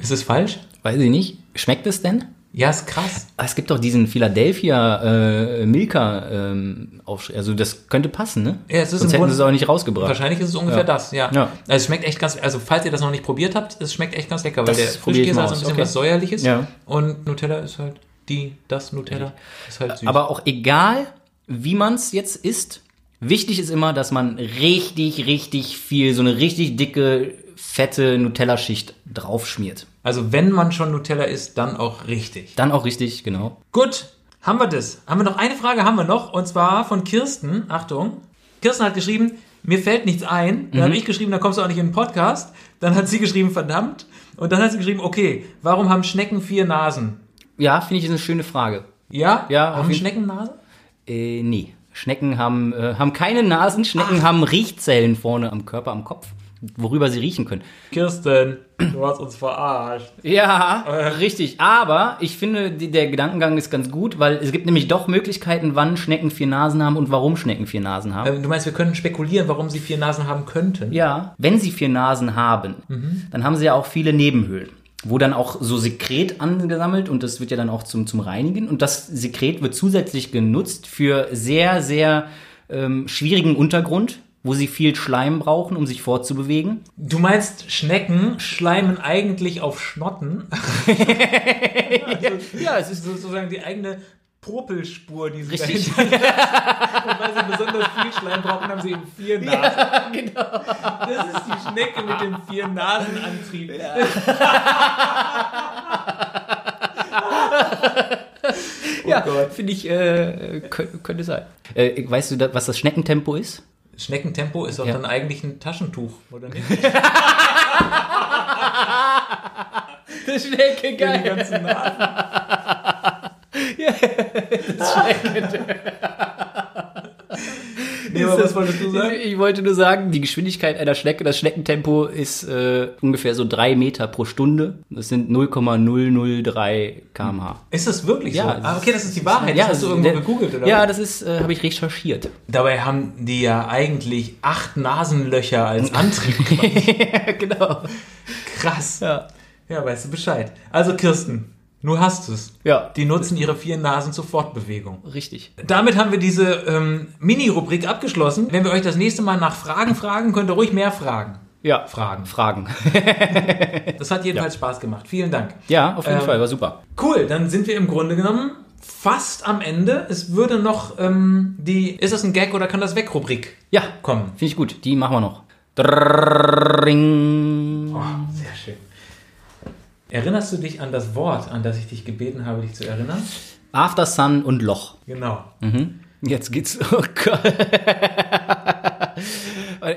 Speaker 2: Ist es falsch?
Speaker 1: weiß ich nicht. Schmeckt es denn?
Speaker 2: Ja, ist krass.
Speaker 1: Ah, Es gibt doch diesen Philadelphia äh, Milka ähm, Aufschrei. Also das könnte passen, ne?
Speaker 2: Ja, es ist
Speaker 1: Sonst
Speaker 2: im
Speaker 1: hätten
Speaker 2: Grunde-
Speaker 1: sie es auch nicht rausgebracht.
Speaker 2: Wahrscheinlich ist es ungefähr
Speaker 1: Ja.
Speaker 2: das, ja.
Speaker 1: Ja.
Speaker 2: Also es schmeckt echt ganz, also falls ihr das noch nicht probiert habt, es schmeckt echt ganz lecker, weil
Speaker 1: Das
Speaker 2: der
Speaker 1: probier ich
Speaker 2: Frischkäse
Speaker 1: mal
Speaker 2: hat so ein
Speaker 1: aus,
Speaker 2: bisschen
Speaker 1: okay.
Speaker 2: was Säuerliches
Speaker 1: Ja.
Speaker 2: und Nutella ist halt die, das Nutella ist halt süß.
Speaker 1: Aber auch egal, wie man es jetzt isst, wichtig ist immer, dass man richtig, richtig viel, so eine richtig dicke, fette Nutella-Schicht draufschmiert.
Speaker 2: also wenn man schon Nutella isst, dann auch richtig.
Speaker 1: Dann auch richtig, genau.
Speaker 2: Gut, haben wir das. Haben wir noch eine Frage, haben wir noch, und zwar von Kirsten. Achtung. Kirsten hat geschrieben, mir fällt nichts ein.
Speaker 1: Mhm.
Speaker 2: Dann habe ich geschrieben, da kommst du auch nicht in den Podcast. Dann hat sie geschrieben, verdammt. Und dann hat sie geschrieben, okay, warum haben Schnecken vier Nasen?
Speaker 1: Ja, finde ich ist eine schöne Frage.
Speaker 2: Ja?
Speaker 1: Ja, auf
Speaker 2: Haben
Speaker 1: jeden-
Speaker 2: Schnecken Nase?
Speaker 1: Äh, nee. Schnecken haben, äh, haben keine Nasen, Schnecken haben Riechzellen vorne am Körper, am Kopf, worüber sie riechen können.
Speaker 2: Kirsten, du hast uns verarscht.
Speaker 1: Ja, richtig. Aber ich finde, die, der Gedankengang ist ganz gut, weil es gibt nämlich doch Möglichkeiten, wann Schnecken vier Nasen haben und warum Schnecken vier Nasen haben.
Speaker 2: Ähm, Du meinst, wir können spekulieren, warum sie vier Nasen haben könnten?
Speaker 1: Ja. Wenn sie vier Nasen haben, dann haben sie ja auch viele Nebenhöhlen, wo dann auch so Sekret angesammelt und das wird ja dann auch zum, zum Reinigen. Und das Sekret wird zusätzlich genutzt für sehr, sehr ähm, schwierigen Untergrund, wo sie viel Schleim brauchen, um sich fortzubewegen.
Speaker 2: Du meinst, Schnecken schleimen eigentlich auf [laughs] Schnotten? Also,
Speaker 1: Ja, es
Speaker 2: Das ist sozusagen die eigene Popelspur, die sie
Speaker 1: Richtig. [laughs]
Speaker 2: dahinter Und [laughs] weil sie besonders viel Schleim brauchen, haben sie eben vier Nasen. genau. Das ist die Schnecke mit dem vier Nasenantrieb.
Speaker 1: ja, finde ich, äh, könnte, könnte sein. Äh, weißt du, da, was das Schneckentempo ist?
Speaker 2: Schneckentempo ist doch
Speaker 1: Ja.
Speaker 2: dann eigentlich ein Taschentuch, oder nicht?
Speaker 1: Das Schnecke,
Speaker 2: Die ganzen Nasen. [laughs] Nee, aber was wolltest du sagen?
Speaker 1: Ich wollte nur sagen, die Geschwindigkeit einer Schnecke, das Schneckentempo ist äh, ungefähr so drei Meter pro Stunde. Das sind 0,003 km/h.
Speaker 2: Ist das wirklich
Speaker 1: Ja,
Speaker 2: so?
Speaker 1: das
Speaker 2: Ah, okay, das ist die Wahrheit. das hast du
Speaker 1: also
Speaker 2: irgendwo
Speaker 1: der-
Speaker 2: gegoogelt, oder?
Speaker 1: Ja,
Speaker 2: was?
Speaker 1: das ist, äh, habe ich recherchiert.
Speaker 2: [laughs] Dabei haben die ja eigentlich acht Nasenlöcher [laughs] als Antrieb.
Speaker 1: [laughs] genau.
Speaker 2: Krass.
Speaker 1: Ja.
Speaker 2: Ja, weißt du Bescheid. Also Kirsten, du hast es.
Speaker 1: Ja.
Speaker 2: Die nutzen ihre vier Nasen zur Fortbewegung.
Speaker 1: Richtig.
Speaker 2: Damit haben wir diese ähm, Mini-Rubrik abgeschlossen. Wenn wir euch das nächste Mal nach Fragen fragen, könnt ihr ruhig mehr fragen.
Speaker 1: Ja.
Speaker 2: Fragen.
Speaker 1: Fragen. [laughs]
Speaker 2: Das hat jedenfalls Spaß gemacht. Vielen Dank.
Speaker 1: Ja, auf jeden
Speaker 2: Ähm,
Speaker 1: Fall, war super.
Speaker 2: Cool, dann sind wir im Grunde genommen fast am Ende. Es würde noch ähm, die Ist das ein Gag oder kann das weg Rubrik
Speaker 1: Ja,
Speaker 2: kommen.
Speaker 1: finde ich gut. Die machen wir noch. Drrrring.
Speaker 2: Oh, sehr schön. Erinnerst du dich an das Wort, an das ich dich gebeten habe, dich zu erinnern?
Speaker 1: After Sun und Loch.
Speaker 2: Genau.
Speaker 1: Jetzt geht's. [laughs] Oh Gott.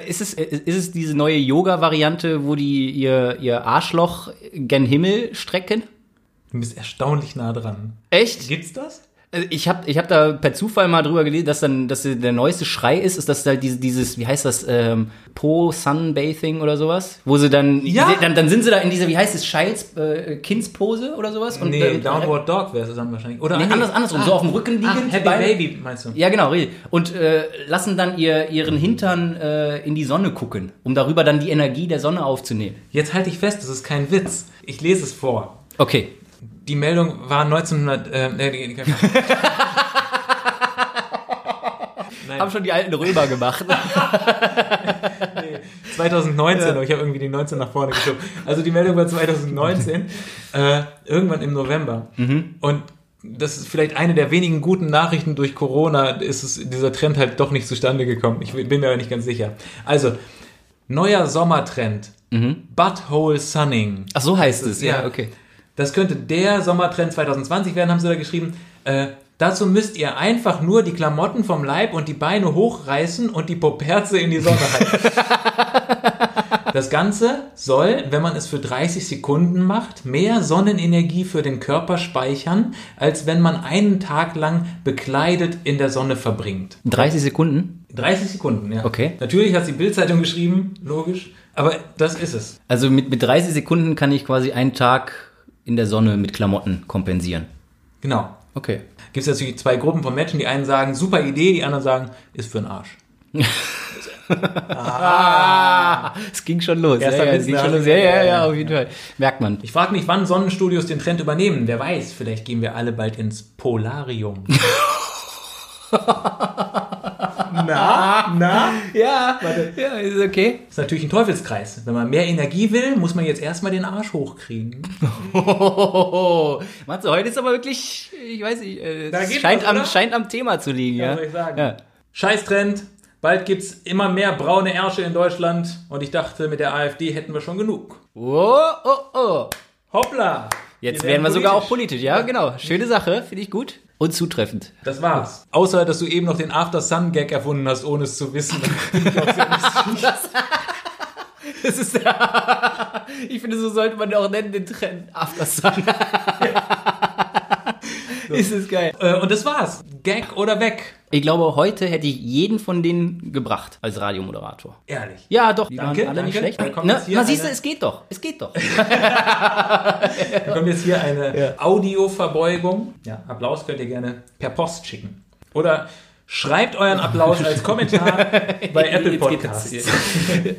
Speaker 1: Ist es, ist es diese neue Yoga-Variante, wo die ihr, ihr Arschloch gen Himmel strecken?
Speaker 2: Du bist erstaunlich nah dran.
Speaker 1: Echt?
Speaker 2: Gibt's das?
Speaker 1: Also Ich habe ich hab da per Zufall mal drüber gelesen, dass dann dass der neueste Schrei ist, ist dass da diese, dieses, wie heißt das, ähm, Po-Sunbathing oder sowas? Wo sie dann,
Speaker 2: Ja.
Speaker 1: dann, dann sind sie da in dieser, wie heißt es, Scheids, äh, Kindspose oder sowas? Und äh,
Speaker 2: Nee,
Speaker 1: dann-
Speaker 2: Downward Dog wäre es dann wahrscheinlich. Oder
Speaker 1: Nee,
Speaker 2: ah, nee.
Speaker 1: anders, andersrum, so auf dem Rücken liegen.
Speaker 2: Ach,
Speaker 1: die
Speaker 2: Happy
Speaker 1: Beine-
Speaker 2: Baby, meinst du?
Speaker 1: Ja, genau, richtig. Und äh, lassen dann ihr, ihren Hintern äh, in die Sonne gucken, um darüber dann die Energie der Sonne aufzunehmen.
Speaker 2: Jetzt halte ich fest, das ist kein Witz. Ich lese es vor.
Speaker 1: Okay.
Speaker 2: Die Meldung war 1900. Äh, nee, nee, nee, keine Ahnung.
Speaker 1: Haben schon die alten Römer gemacht.
Speaker 2: 2019, aber ich habe irgendwie die 19 nach vorne geschoben. Also die Meldung war 2019, äh, irgendwann im November. Und das ist vielleicht eine der wenigen guten Nachrichten durch Corona, ist es, dieser Trend halt doch nicht zustande gekommen. Ich bin mir aber nicht ganz sicher. Also, neuer Sommertrend. Butthole Sunning.
Speaker 1: [laughs] Ach, so heißt es. Ja,
Speaker 2: ja.
Speaker 1: okay.
Speaker 2: Das könnte der Sommertrend 2020 werden, haben sie da geschrieben. Äh, dazu müsst ihr einfach nur die Klamotten vom Leib und die Beine hochreißen und die Poperze in die Sonne halten. Das Ganze soll, wenn man es für 30 Sekunden macht, mehr Sonnenenergie für den Körper speichern, als wenn man einen Tag lang bekleidet in der Sonne verbringt.
Speaker 1: 30 Sekunden.
Speaker 2: 30 Sekunden, ja.
Speaker 1: Okay.
Speaker 2: Natürlich hat die Bildzeitung geschrieben, logisch. Aber das ist es.
Speaker 1: Also mit, mit 30 Sekunden kann ich quasi einen Tag in der Sonne mit Klamotten kompensieren.
Speaker 2: Genau.
Speaker 1: Okay.
Speaker 2: gibt es natürlich zwei Gruppen von Menschen. Die einen sagen, super Idee, die anderen sagen, ist für den Arsch.
Speaker 1: Es ging schon los.
Speaker 2: Erster
Speaker 1: ja, ja,
Speaker 2: Witz,
Speaker 1: es ging
Speaker 2: ne?
Speaker 1: schon los. Ja, ja, ja, auf jeden Fall. Merkt man.
Speaker 2: Ich frage mich, wann Sonnenstudios den Trend übernehmen. Wer weiß, vielleicht gehen wir alle bald ins Polarium. [laughs] na, na?
Speaker 1: Ja, ja, ist okay.
Speaker 2: [laughs] Ist natürlich ein Teufelskreis. Wenn man mehr Energie will, muss man jetzt erstmal den Arsch hochkriegen.
Speaker 1: Hohohoho. Matze, heute ist aber wirklich, ich weiß nicht, äh,
Speaker 2: Da
Speaker 1: es
Speaker 2: geht
Speaker 1: scheint,
Speaker 2: was,
Speaker 1: am,
Speaker 2: oder?
Speaker 1: scheint am Thema zu liegen. Ja,
Speaker 2: was soll ich sagen?
Speaker 1: Ja.
Speaker 2: Scheiß Trend. Bald gibt's immer mehr braune Ärsche in Deutschland. Und ich dachte, mit der AfD hätten wir schon genug.
Speaker 1: Oh, oh, oh.
Speaker 2: Hoppla!
Speaker 1: Jetzt werden wir sogar auch politisch. Ja, genau. Schöne Sache, finde ich gut. Und zutreffend.
Speaker 2: Das war's. Außer, dass du eben noch den After-Sun-Gag erfunden hast, ohne es
Speaker 1: [laughs]
Speaker 2: zu wissen.
Speaker 1: Das ist, [laughs] ich finde, so sollte man auch nennen, den Trend After Sun. Ist es geil.
Speaker 2: Äh, Und das war's. Gag oder weg.
Speaker 1: Ich glaube, heute hätte ich jeden von denen gebracht als Radiomoderator.
Speaker 2: Ehrlich.
Speaker 1: Ja, doch. Die
Speaker 2: Danke,
Speaker 1: waren alle nicht
Speaker 2: danke.
Speaker 1: schlecht.
Speaker 2: Dann kommt
Speaker 1: Ne?
Speaker 2: jetzt hier
Speaker 1: Na, siehst du,
Speaker 2: eine-
Speaker 1: es geht doch. Es geht doch.
Speaker 2: Da kommt jetzt hier eine
Speaker 1: Ja.
Speaker 2: Audioverbeugung. Ja, Applaus könnt ihr gerne per Post schicken. Oder schreibt euren Applaus als
Speaker 1: [laughs]
Speaker 2: Kommentar bei Apple
Speaker 1: Jetzt geht das
Speaker 2: Podcasts.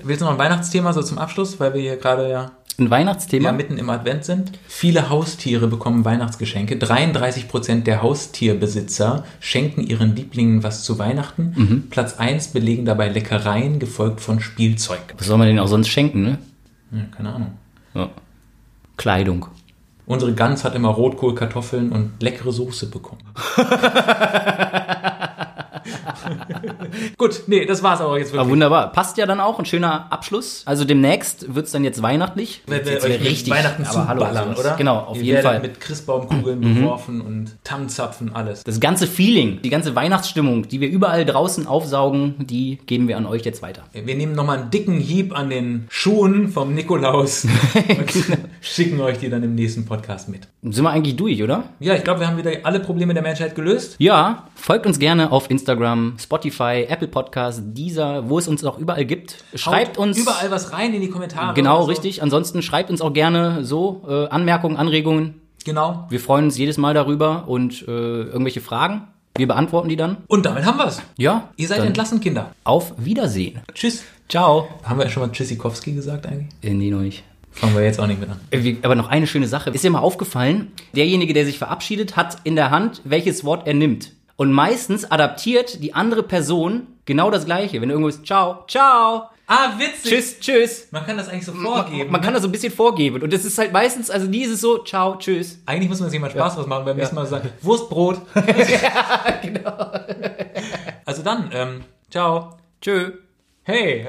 Speaker 2: Willst du noch ein Weihnachtsthema so zum Abschluss, weil wir hier gerade ja,
Speaker 1: Ein
Speaker 2: ja
Speaker 1: Weihnachtsthema.
Speaker 2: mitten im Advent sind? Viele Haustiere bekommen Weihnachtsgeschenke. 33% der Haustierbesitzer schenken ihren Lieblingen was zu Weihnachten.
Speaker 1: Mhm.
Speaker 2: Platz 1 belegen dabei Leckereien, gefolgt von Spielzeug.
Speaker 1: Was soll man denen auch sonst schenken, ne?
Speaker 2: Hm, keine Ahnung.
Speaker 1: Ja. Kleidung.
Speaker 2: Unsere Gans hat immer Rotkohlkartoffeln und leckere
Speaker 1: [laughs]
Speaker 2: Soße bekommen. Gut, nee, das war's aber jetzt
Speaker 1: Aber
Speaker 2: wirklich.
Speaker 1: wunderbar. Passt ja dann auch. Ein schöner Abschluss. Also demnächst wird's dann jetzt weihnachtlich.
Speaker 2: Wenn wir
Speaker 1: jetzt
Speaker 2: euch
Speaker 1: wieder
Speaker 2: mit Weihnachten
Speaker 1: aber hallo,
Speaker 2: zuballern,
Speaker 1: also,
Speaker 2: oder?
Speaker 1: Genau, auf
Speaker 2: Ihr
Speaker 1: jeden
Speaker 2: werdet
Speaker 1: Fall. Mhm.
Speaker 2: mit Christbaumkugeln beworfen und Tannenzapfen, alles.
Speaker 1: Das ganze Feeling, die ganze Weihnachtsstimmung, die wir überall draußen aufsaugen, die geben wir an euch jetzt weiter.
Speaker 2: Wir nehmen nochmal einen dicken Hieb an den Schuhen
Speaker 1: [laughs]
Speaker 2: vom Nikolaus und schicken euch die dann im nächsten Podcast mit.
Speaker 1: Sind wir eigentlich durch, oder?
Speaker 2: Ja, ich glaube, wir haben wieder alle Probleme der Menschheit gelöst.
Speaker 1: Ja, folgt uns gerne auf Instagram, Spotify, Apple Podcast, Deezer, wo es uns auch überall gibt. Schreibt
Speaker 2: Haut
Speaker 1: uns
Speaker 2: überall was rein in die Kommentare.
Speaker 1: Genau,
Speaker 2: oder so.
Speaker 1: richtig. Ansonsten schreibt uns auch gerne so äh, Anmerkungen, Anregungen.
Speaker 2: Genau.
Speaker 1: Wir freuen uns jedes Mal darüber und äh, irgendwelche Fragen. Wir beantworten die dann.
Speaker 2: Und damit haben wir's.
Speaker 1: Ja.
Speaker 2: Ihr seid
Speaker 1: dann
Speaker 2: entlassen, Kinder.
Speaker 1: Auf Wiedersehen.
Speaker 2: Tschüss.
Speaker 1: Ciao.
Speaker 2: Haben wir schon mal Tschüssikowski gesagt eigentlich?
Speaker 1: Äh, nee, noch nicht.
Speaker 2: Fangen wir jetzt auch nicht mit an.
Speaker 1: Äh, wie- Aber noch eine schöne Sache. Ist dir mal aufgefallen, derjenige, der sich verabschiedet, hat in der Hand, welches Wort er nimmt. Und meistens adaptiert die andere Person genau das Gleiche. Wenn irgendwo ist, ciao, ciao,
Speaker 2: Ah, witzig.
Speaker 1: tschüss, tschüss.
Speaker 2: Man kann das eigentlich so vorgeben.
Speaker 1: Man kann das so ein bisschen vorgeben. Und es ist halt meistens, also nie ist es so, ciao, tschüss.
Speaker 2: eigentlich muss man sich mal Spaß draus machen, beim nächsten Mal sagen,
Speaker 1: [laughs]
Speaker 2: Wurstbrot. [laughs]
Speaker 1: genau.
Speaker 2: Also dann, ähm, ciao.
Speaker 1: Tschö.
Speaker 2: Hey.